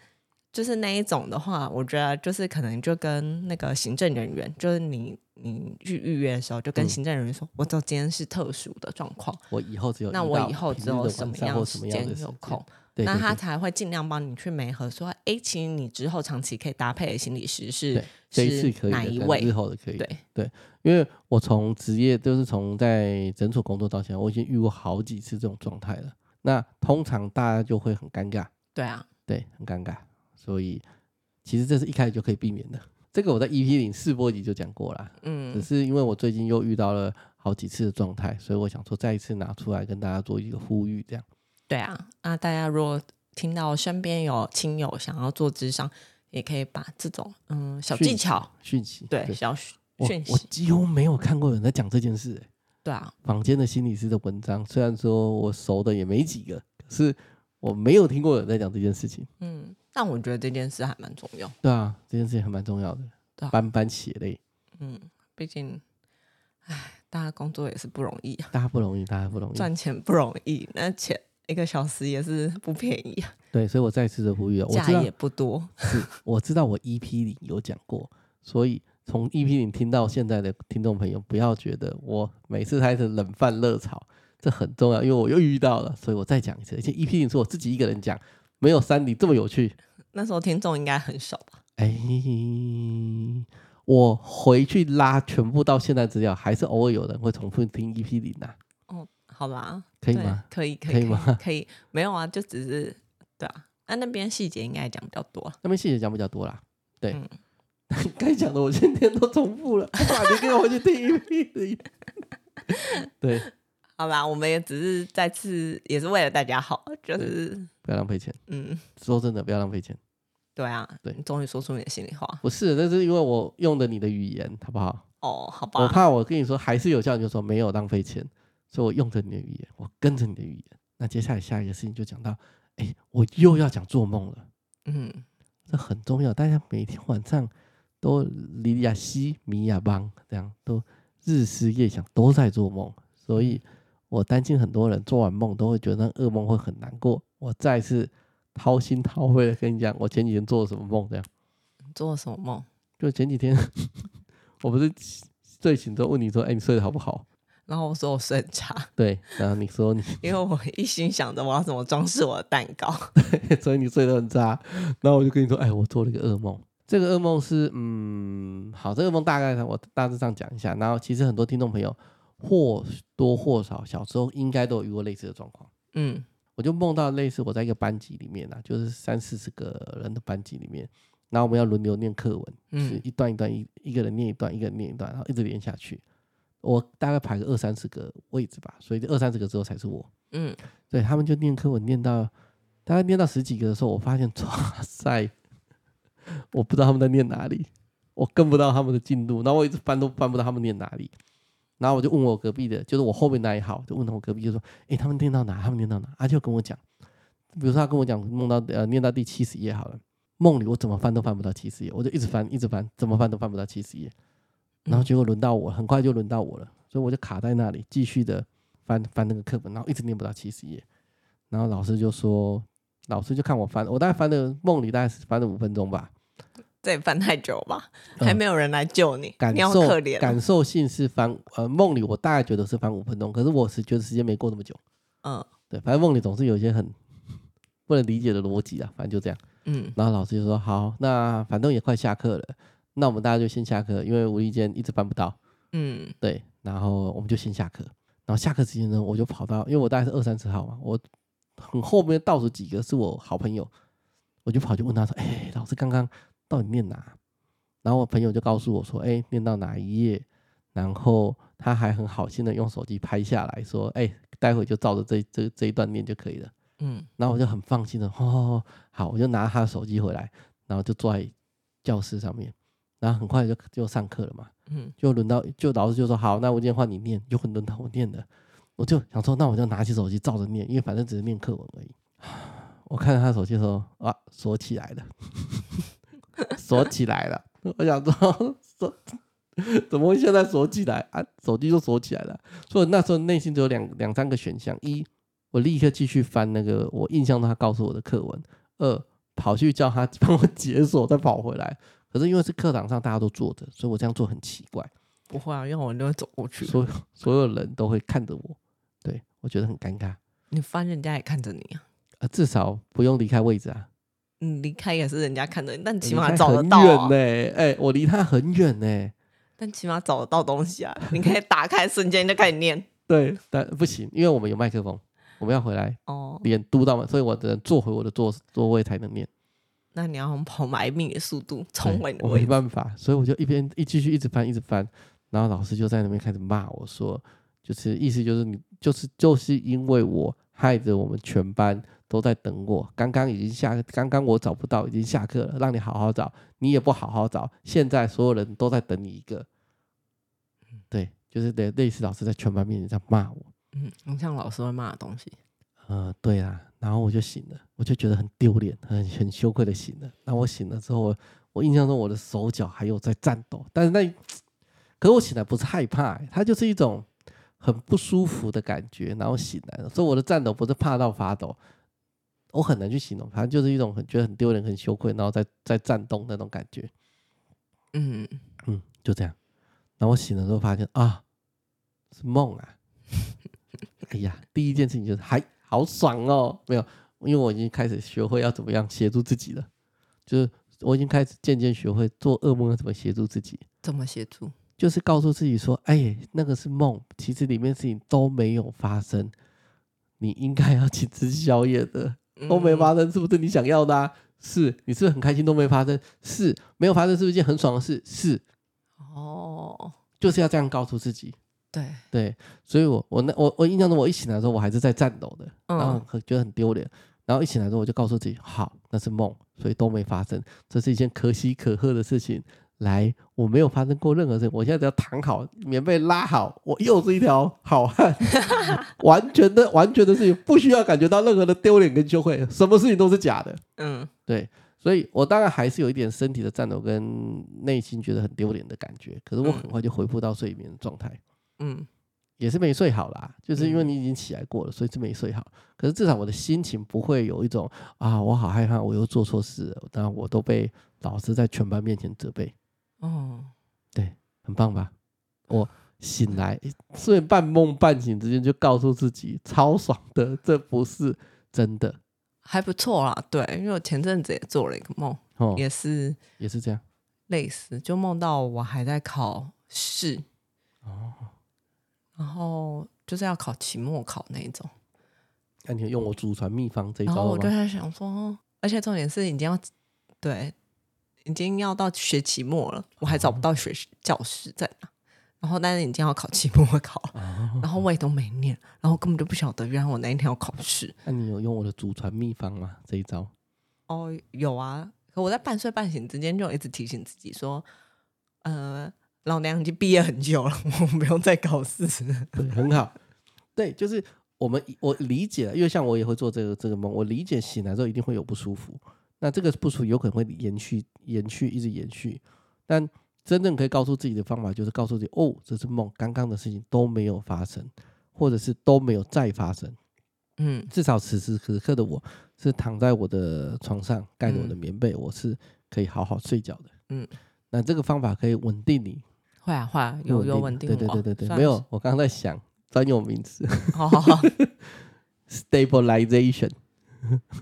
B: 就是那一种的话，我觉得就是可能就跟那个行政人员，就是你你去预约的时候，就跟
A: 嗯
B: 行政人员说，我知道今天是特殊的状况，
A: 我以后只有
B: 那
A: 遇
B: 我
A: 到
B: 以后
A: 平
B: 只
A: 日
B: 有
A: 的
B: 什
A: 晚
B: 么
A: 上或
B: 样
A: 什么
B: 时
A: 样
B: 间
A: 的
B: 有
A: 间
B: 空，，
A: 对
B: 那
A: 对
B: 他
A: 对
B: 才会尽量帮你去媒合说，哎，其实你之后长期可以搭配的心理师是
A: 对这一次
B: 是
A: 可以的，
B: 哪一
A: 但日
B: 位？
A: 后的可以的
B: 对
A: 因为我从职业就是从在诊所工作到现在，我已经遇过好几次这种状态了。那通常大家就会很尴尬，
B: 对啊，
A: 对，很尴尬。所以其实这是一开始就可以避免的。这个我在 EP 零试播集就讲过啦，只
B: 嗯，
A: 是因为我最近又遇到了好几次的状态，所以我想说再一次拿出来跟大家做一个呼吁，这样。
B: 对啊。那大家如果听到身边有亲友想要做智商，也可以把这种嗯小
A: 讯
B: 技巧，
A: 讯息
B: 对小讯
A: 我
B: 讯
A: 我
B: 息，
A: 几乎没有看过有人在讲这件事、欸
B: 对啊，
A: 坊间的心理师的文章，虽然说我熟的也没几个，可是我没有听过有人在讲这件事情。
B: 嗯。但我觉得这件事还蛮重要，
A: 对啊，这件事情还蛮重要的，
B: 对啊
A: 斑斑血泪，
B: 嗯，毕竟，哎，大家工作也是不容易啊，
A: 大家不容易，大家不容易。
B: 赚钱不容易，那钱一个小时也是不便宜啊，
A: 对，所以我再次的呼吁了，啊我
B: 假
A: 知道
B: 也不多。
A: 是，我知道我 EP 零有讲过，所以从 EP 零听到现在的听众朋友，不要觉得我每次开始冷饭热炒，这很重要，因为我又遇到了，所以我再讲一次，而且 EP 零是我自己一个人讲，没有三里这么有趣。
B: 那时候听众应该很少吧？
A: 哎，我回去拉全部到现在资料，还是偶尔有人会重复听 EP 零啊，
B: 哦，好啦，
A: 可以
B: 对
A: 吗？？
B: 可以，可以，
A: 可
B: 可
A: 以
B: 以
A: 吗
B: 可以，没有啊，就只是对啊。那那边细节应该讲比较多，
A: 那边细节讲比较多啦。对
B: 嗯，
A: 该讲、的我今天都重复了，不然你给我回去听 EP 零。 对，
B: 好啦，我们也只是再次也是为了大家好，就是
A: 不要浪费钱。
B: 嗯，
A: 说真的，不要浪费钱。
B: 对啊，
A: 对
B: 你终于说出你的心里话
A: 不是，那是因为我用的你的语言，好不好？
B: 哦，好
A: 我
B: 吧，
A: 怕我跟你说还是有效，你就说没有浪费钱，所以我用着你的语言，我跟着你的语言。那接下来下一个事情就讲到，哎，我又要讲做梦了。
B: 嗯，
A: 这很重要。大家每天晚上都里亚西米亚邦这样，都日思夜想，都在做梦。所以我担心很多人做完梦都会觉得那噩梦会很难过。我再次掏心掏肺的跟你讲，我前几天做了什么梦，这样
B: 你做了什么梦？
A: 就前几天 我不是睡醒之后问你说，哎，你睡得好不好？
B: 然后我说我睡很差，
A: 对，然后你说你
B: 因为我一心想着我要怎么装饰我的蛋糕。
A: 所以你睡得很差。然后我就跟你说，哎，我做了一个噩梦。这个噩梦是，嗯，好，这个噩梦大概我大致上讲一下。然后其实很多听众朋友或多或少小时候应该都有遇过类似的状况。
B: 嗯
A: 我就梦到类似我在一个班级里面啊，就是三四十个人的班级里面，然后我们要轮流念课文，是
B: 嗯
A: 一段一段一一个人念一段，一个人念一段，然后一直连下去。我大概排个二三十个位置吧，所以这二三十个之后才是我。
B: 嗯，
A: 对他们就念课文念到大概念到十几个的时候，我发现， 哇塞，我不知道他们在念哪里，我跟不到他们的进度，然后我一直翻都翻不到他们念哪里。然后我就问我隔壁的，就是我后面那一号，就问我隔壁，就说：“诶，他们念到哪？他们念到哪？”他、就跟我讲，比如说他跟我讲梦到呃念到第七十页好了，梦里我怎么翻都翻不到七十页，我就一直翻一直翻，怎么翻都翻不到七十页。然后结果轮到我，很快就轮到我了，所以我就卡在那里，继续的翻翻那个课本，然后一直念不到七十页。然后老师就说，老师就看我翻，我大概翻了梦里大概是翻了五分钟吧，
B: 这也翻太久吧，
A: 嗯
B: 还没有人来救你，
A: 感
B: 你好
A: 受
B: 可怜哦。
A: 感受性是翻呃梦里我大概觉得是翻五分钟，可是我是觉得时间没过那么久。
B: 嗯
A: 对，反正梦里总是有一些很不能理解的逻辑啊，反正就这样。
B: 嗯
A: 然后老师就说：“好，那反正也快下课了，那我们大家就先下课，因为无意间一直翻不到。
B: 嗯
A: 对，然后我们就先下课。然后下课时间呢，我就跑到，因为我大概是二三十号嘛，我很后面倒数几个是我好朋友，我就跑去问他说：‘哎、老师刚刚到底念哪？’然后我朋友就告诉我说：‘哎、念到哪一页？’然后他还很好心的用手机拍下来说：‘哎、待会就照着这这这一段念就可以了。’
B: 嗯
A: 然后我就很放心的，哦，好，我就拿他的手机回来，然后就坐在教室上面，然后很快就就上课了嘛，
B: 嗯
A: 就轮到就老师就说好，那我今天换你念，就轮到我念了，我就想说，那我就拿起手机照着念，因为反正只是念课文而已。我看到他的手机的时候，啊，锁起来了，锁起来了。我想说，锁怎么会现在锁起来啊？手机就锁起来了。所以那时候内心只有两两三个选项：一，我立刻继续翻那个我印象中他告诉我的课文；二，跑去叫他帮我解锁，再跑回来。可是因为是课堂上大家都坐着，所以我这样做很奇怪，
B: 不会啊，因为我就会走过去，
A: 所 有所有人都会看着我，对我觉得很尴尬
B: 你翻人家也看着你啊，
A: 啊。至少不用离开位置啊，
B: 你离开也是人家看着你，但 起
A: 离
B: 码
A: 开
B: 找得
A: 很
B: 到
A: 远
B: 啊
A: 呢、哎、我离他很远呢、
B: 但起码找得到东西啊，你可以打开瞬间就开始念
A: 对，但不行，因为我们有麦克风，我们要回来
B: 哦。
A: 脸嘟到嘛，所以我只能坐回我的座座位才能念。
B: 那你要用跑百米的速度
A: 对
B: 冲回你的
A: 我
B: 位
A: 没
B: 置，
A: 办法，所以我就一边一继续一直翻一直翻，然后老师就在那边开始骂我说，就是意思就是你就是就是因为我害得我们全班都在等我，刚刚已经下刚刚我找不到已经下课了，让你好好找，你也不好好找，现在所有人都在等你一个，对，就是类类似老师在全班面前在骂我，
B: 嗯，你像老师会骂的东西，
A: 呃，对啦，然后我就醒了，我就觉得很丢脸，很很羞愧的醒了。然后我醒了之后，我我印象中我的手脚还有在颤抖，但是那，可是我醒来不是害怕、欸，它就是一种很不舒服的感觉，然后醒来了，所以我的颤抖不是怕到发抖，我很难去形容，反正就是一种很觉得很丢脸、很羞愧，然后在在颤动那种感觉，
B: 嗯，
A: 嗯，就这样。然后我醒了之后发现啊，是梦啊！哎呀，第一件事情就是还好爽哦，没有，因为我已经开始学会要怎么样协助自己了，就是我已经开始渐渐学会做噩梦要怎么协助自己，
B: 怎么协助？
A: 就是告诉自己说，哎，那个是梦，其实里面事情都没有发生，你应该要去吃宵夜的，都没
B: 嗯
A: 发生，是不是你想要的、啊？是，你是不是很开心都没发生？是，没有发生是不是一件很爽的事？是，
B: 哦，
A: 就是要这样告诉自己。
B: 对，
A: 对，所以我我那我我印象中，我一醒来的时候，我还是在颤抖的，
B: 嗯
A: 然后很觉得很丢脸。然后一醒来之后，我就告诉自己，好，那是梦，所以都没发生，这是一件可喜可贺的事情。来，我没有发生过任何事情，我现在只要躺好，棉被拉好，我又是一条好汉，完全的完全的事情，不需要感觉到任何的丢脸跟羞愧，什么事情都是假的。
B: 嗯
A: 对，所以我当然还是有一点身体的颤抖跟内心觉得很丢脸的感觉，可是我很快就恢复到睡眠的状态。
B: 嗯
A: 也是没睡好啦，就是因为
B: 嗯
A: 你已经起来过了，所以是没睡好。可是至少我的心情不会有一种啊，我好害怕，我又做错事了，然后我都被老师在全班面前责备，
B: 哦，
A: 很棒吧？我醒来，所以半梦半醒之间就告诉自己，超爽的，这不是真的
B: 还不错啦，对，因为我前阵子也做了一个梦，
A: 哦，
B: 也是
A: 也是这样
B: 类似，就梦到我还在考试，
A: 哦。
B: 然后就是要考期末考那一种，
A: 那你有用我祖传秘方这一
B: 然后
A: 招
B: 我
A: 了
B: 就
A: 吗？
B: 在想说，而且重点是已经要对，已经要到学期末了，我还找
A: 哦
B: 不到学教室在哪，然后但是已经要考期末考了，
A: 哦，
B: 然后我也都没念，然后根本就不晓得原来我那一天要考试。
A: 那你有用我的祖传秘方吗？这一招
B: 哦，有啊，可我在半睡半醒之间就一直提醒自己说，呃，老娘已经毕业很久了， 我不用再搞事。
A: 对，很好。对，就是我们我理解了，因为像我也会做这个这个梦，我理解醒来之后一定会有不舒服，那这个不舒服有可能会延续、延续、一直延续。但真正可以告诉自己的方法，就是告诉自己，哦，这是梦，刚刚的事情都没有发生，或者是都没有再发生。
B: 嗯
A: 至少此时此刻的我是躺在我的床上，盖着我的
B: 嗯
A: 棉被，我是可以好好睡觉的。
B: 嗯，
A: 那这个方法可以稳定你，
B: 会啊会啊，有有稳定
A: 对对对
B: 哦
A: 对对，
B: 算
A: 没有
B: 是。
A: 我刚刚在想专有名词
B: 好好好
A: stabilization，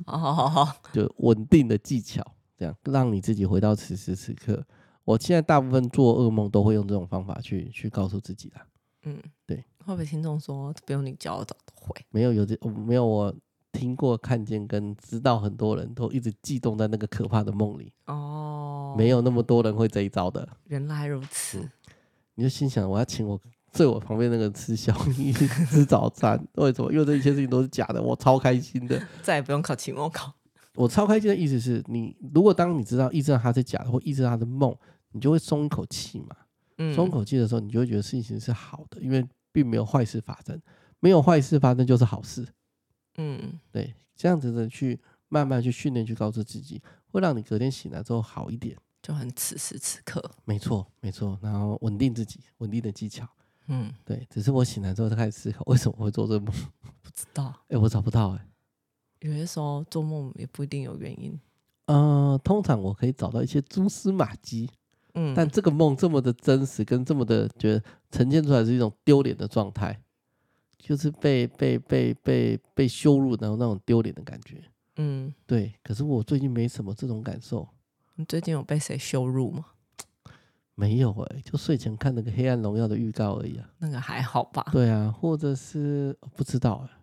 B: 好好好好，
A: 就稳定的技巧，这样让你自己回到此时此刻。我现在大部分做噩梦都会用这种方法去去告诉自己啦，
B: 嗯，
A: 对。
B: 会不会听众说不用你教我早都会？
A: 没有有这我没有我听过看见跟知道很多人都一直悸动在那个可怕的梦里，
B: 哦，
A: 没有那么多人会这一招的。
B: 原来如此。
A: 你就心想，我要请我睡我旁边那个人吃宵夜、吃早餐，为什么？因为这一切事情都是假的，我超开心的。
B: 再也不用考期末考。
A: 我超开心的意思是你，如果当你知道意识到它是假的，或意识到它是梦，你就会松一口气嘛。
B: 嗯
A: 松口气的时候，你就会觉得事情是好的，因为并没有坏事发生，没有坏事发生就是好事。
B: 嗯
A: 对，这样子的去慢慢去训练，去告知自己，会让你隔天醒来之后好一点。
B: 就很此时此刻。
A: 没错，没错。然后稳定自己，稳定的技巧。
B: 嗯，
A: 对，只是我醒来之后才开始思考，为什么我会做这个梦？
B: 不知道，
A: 哎、我找不到哎、
B: 有些时候做梦也不一定有原因。
A: 呃，通常我可以找到一些蛛丝马迹，
B: 嗯，
A: 但这个梦这么的真实，跟这么的觉得呈现出来是一种丢脸的状态，就是被被被被被羞辱，然后那种丢脸的感觉。
B: 嗯，
A: 对，可是我最近没什么这种感受，
B: 你最近有被谁羞辱吗？
A: 没有哎、就睡前看那个《黑暗荣耀》的预告而已啊。
B: 那个还好吧。
A: 对啊，或者是呃不知道哎、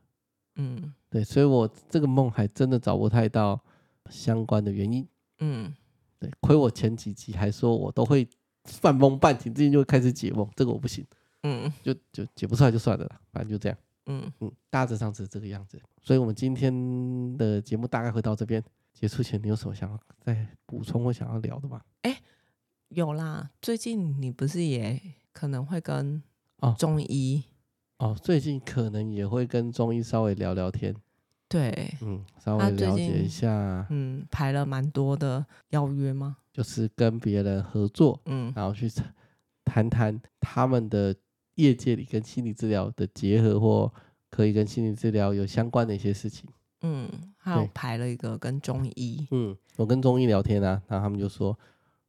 B: 嗯
A: 对，所以我这个梦还真的找不太到相关的原因。
B: 嗯，
A: 对，亏我前几集还说我都会半梦半醒之间就会开始解梦，这个我不行，
B: 嗯
A: 就就解不出来就算了啦，反正就这样，
B: 嗯，
A: 嗯，大致上是这个样子。所以我们今天的节目大概会到这边。结束前，你有什么想要再补充或想要聊的吗？
B: 有啦。最近你不是也可能会跟
A: 哦
B: 中医、
A: 哦，最近可能也会跟中医稍微聊聊天，
B: 对，
A: 嗯，稍
B: 他
A: 微
B: 啊最
A: 了解一
B: 近
A: 下，
B: 嗯，排了蛮多的邀约吗？
A: 就是跟别人合作，
B: 嗯
A: 然后去谈谈谈他们的业界里跟心理治疗的结合，或可以跟心理治疗有相关的一些事情。
B: 嗯，还有
A: 对
B: 排了一个跟中医，
A: 嗯，我跟中医聊天啊，然后他们就说，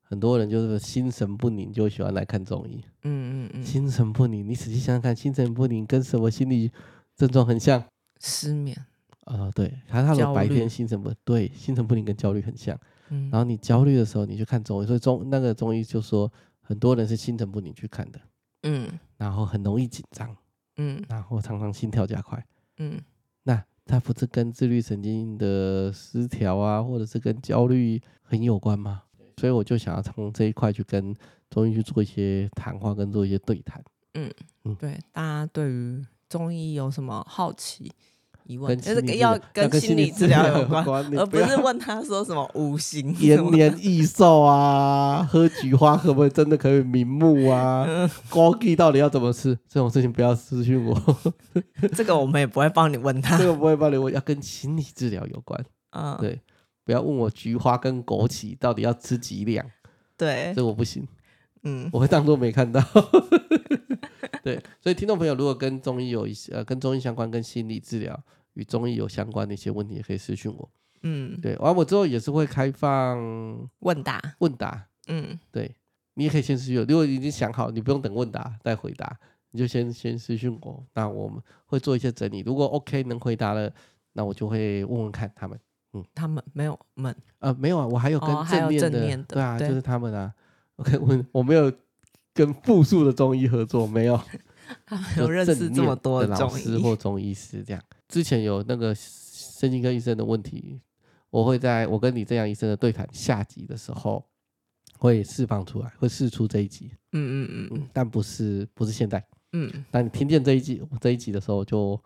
A: 很多人就是心神不宁，就喜欢来看中医。
B: 嗯嗯嗯，
A: 心神不宁，你仔细想想看，心神不宁跟什么心理症状很像？
B: 失眠，
A: 呃，对，他他
B: 哦焦
A: 说白
B: 虑
A: 天心神不对，心神不宁跟焦虑很像。
B: 嗯，
A: 然后你焦虑的时候，你去看中医，所以中那个中医就说，很多人是心神不宁去看的，
B: 嗯
A: 然后很容易紧张。
B: 嗯
A: 然后常常心跳加快。
B: 嗯
A: 那它不是跟自律神经的失调啊，或者是跟焦虑很有关吗？所以我就想要从这一块去跟中医去做一些谈话，跟做一些对谈，
B: 对，大家对于中医有什么好奇疑问
A: 跟？
B: 这
A: 心理
B: 个
A: 治
B: 要
A: 疗
B: 跟心理治疗有关，
A: 关，你
B: 而不
A: 要
B: 是问他说什么五 行什
A: 延
B: 么
A: 年益寿啊，喝菊花可不可以真的可以明目啊？ 枸杞到底要怎么吃？这种事情不要私讯我，
B: 这个我们也不会帮你问他
A: 这。个不会帮你。我要跟心理治疗有关，
B: 嗯，
A: 对不要问我菊花跟枸杞到底要吃几两，
B: 对，
A: 这我不行。
B: 嗯
A: 我会当做没看到。 对，所以听众朋友如果跟中医有一些呃跟中医相关、跟心理治疗与中医有相关的一些问题，也可以私讯我。
B: 嗯，
A: 对，啊完我之后也是会开放
B: 问答，
A: 问答，
B: 嗯
A: 对你也可以先私讯我。如果已经想好，你不用等问答再回答，你就先先私讯我，那我们会做一些整理。如果 OK 能回答了，那我就会问问看他们。
B: 他们没有问，
A: 呃，没有啊，我还有跟
B: 哦还有
A: 正面的，
B: 正面的
A: 对啊，
B: 对
A: 就是他们啊。OK，我我没有跟复数的中医合作，没 有。
B: 他们
A: 就
B: 有认识
A: 正
B: 这么
A: 面
B: 多
A: 的老
B: 中
A: 师
B: 医，
A: 或中医师这样。之前有那个神经科医生的问题，我会在我跟李正阳医生的对谈下集的时候会释放出来，会试出这一集，
B: 嗯嗯嗯
A: 嗯，但不是不是现在。
B: 嗯
A: 当你听见这一集这一集的时候就，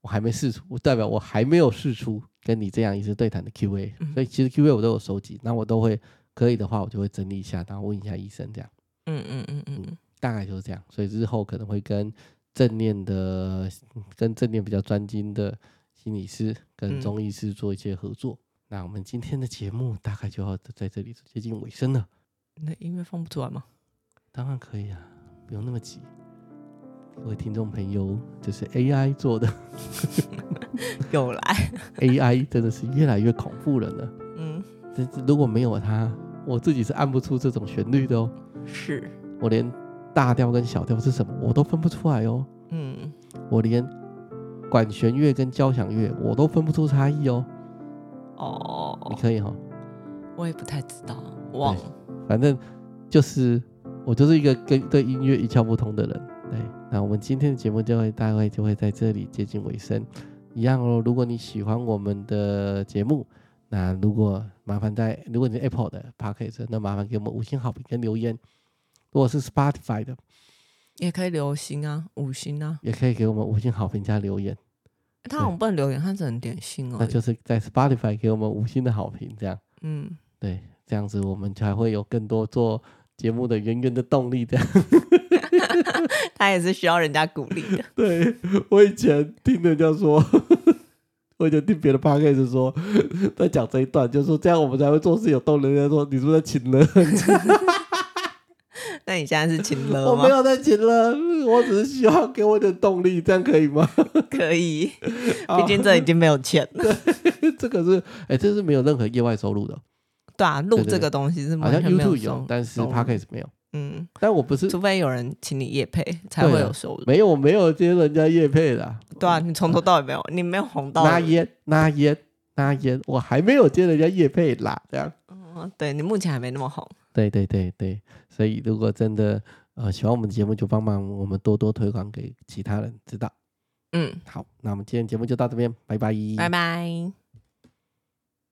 A: 我还没试出，我代表我还没有试出跟你这样医师对谈的 Q&A，、
B: 嗯
A: 所以其实 Q&A 我都有收集，那我都会可以的话，我就会整理一下，然后问一下医生这样。
B: 嗯嗯嗯嗯嗯，
A: 大概就是这样。所以日后可能会跟正念的、跟正念比较专精的心理师跟
B: 嗯
A: 中医师做一些合作。那我们今天的节目大概就要在这里接近尾声了。
B: 你的音乐放不出来吗？
A: 当然可以啊，不用那么急。各位听众朋友，这是 AI 做的
B: 又来，
A: ，AI 真的是越来越恐怖人了。
B: 嗯，
A: 但是如果没有它，我自己是按不出这种旋律的哦。
B: 是，
A: 我连大调跟小调是什么我都分不出来哦，
B: 嗯，
A: 我连管弦乐跟交响乐我都分不出差异哦。你
B: 哦，
A: 可以哦，
B: 我也不太知道，忘了，
A: 反正就是我就是一个跟对音乐一窍不通的人。对，那我们今天的节目就会大概就会在这里接近尾声，一样哦。如果你喜欢我们的节目，那如果麻烦在如果你是 Apple 的 p a c k a g e 那麻烦给我们五星好评跟留言。如果是 Spotify 的，
B: 也可以留星啊，五星啊，
A: 也可以给我们五星好评加留言。
B: 他好像不能留言，他只能点星哦
A: 那。就是在 Spotify 给我们五星的好评，这样
B: 嗯，
A: 对，这样子我们才会有更多做节目的源源的动力。这样，
B: 他也是需要人家鼓励的。
A: 对我以前听人家说， 我以前听别的 p o d c a s 说， 在讲这一段，就是说这样我们才会做事有动力。人家说你是不是在请 人？
B: 那你现在是请 了
A: 我没
B: 吗？
A: 有在请人，我只是希望给我点动力，这样可以 吗？
B: 可 以，
A: 哦
B: 毕竟这已经没有钱了。
A: 这个是，哎、这是没有任何业外收入的，
B: 对啊，录
A: 对对
B: 这个东西是
A: 好
B: 完
A: 像
B: 全没
A: YouTube
B: 有
A: 有
B: 收，，
A: 但是
B: 收入
A: p o d c a s 没有。
B: 嗯，
A: 但我不是
B: 除非有人请你夜配才
A: 对
B: 会
A: 啊
B: 有收入。
A: 没有，我没有接人家业配啦。
B: 对啊，你从头到尾没有，你没有红到
A: 拿烟拿烟拿烟，我还没有接人家叶配啦，这样。
B: 嗯对你目前还没那么红。
A: 对对对对，所以如果真的呃喜欢我们的节目，就帮忙我们多多推广给其他人知道。
B: 嗯，
A: 好，那我们今天节目就到这边，拜拜，
B: 拜拜。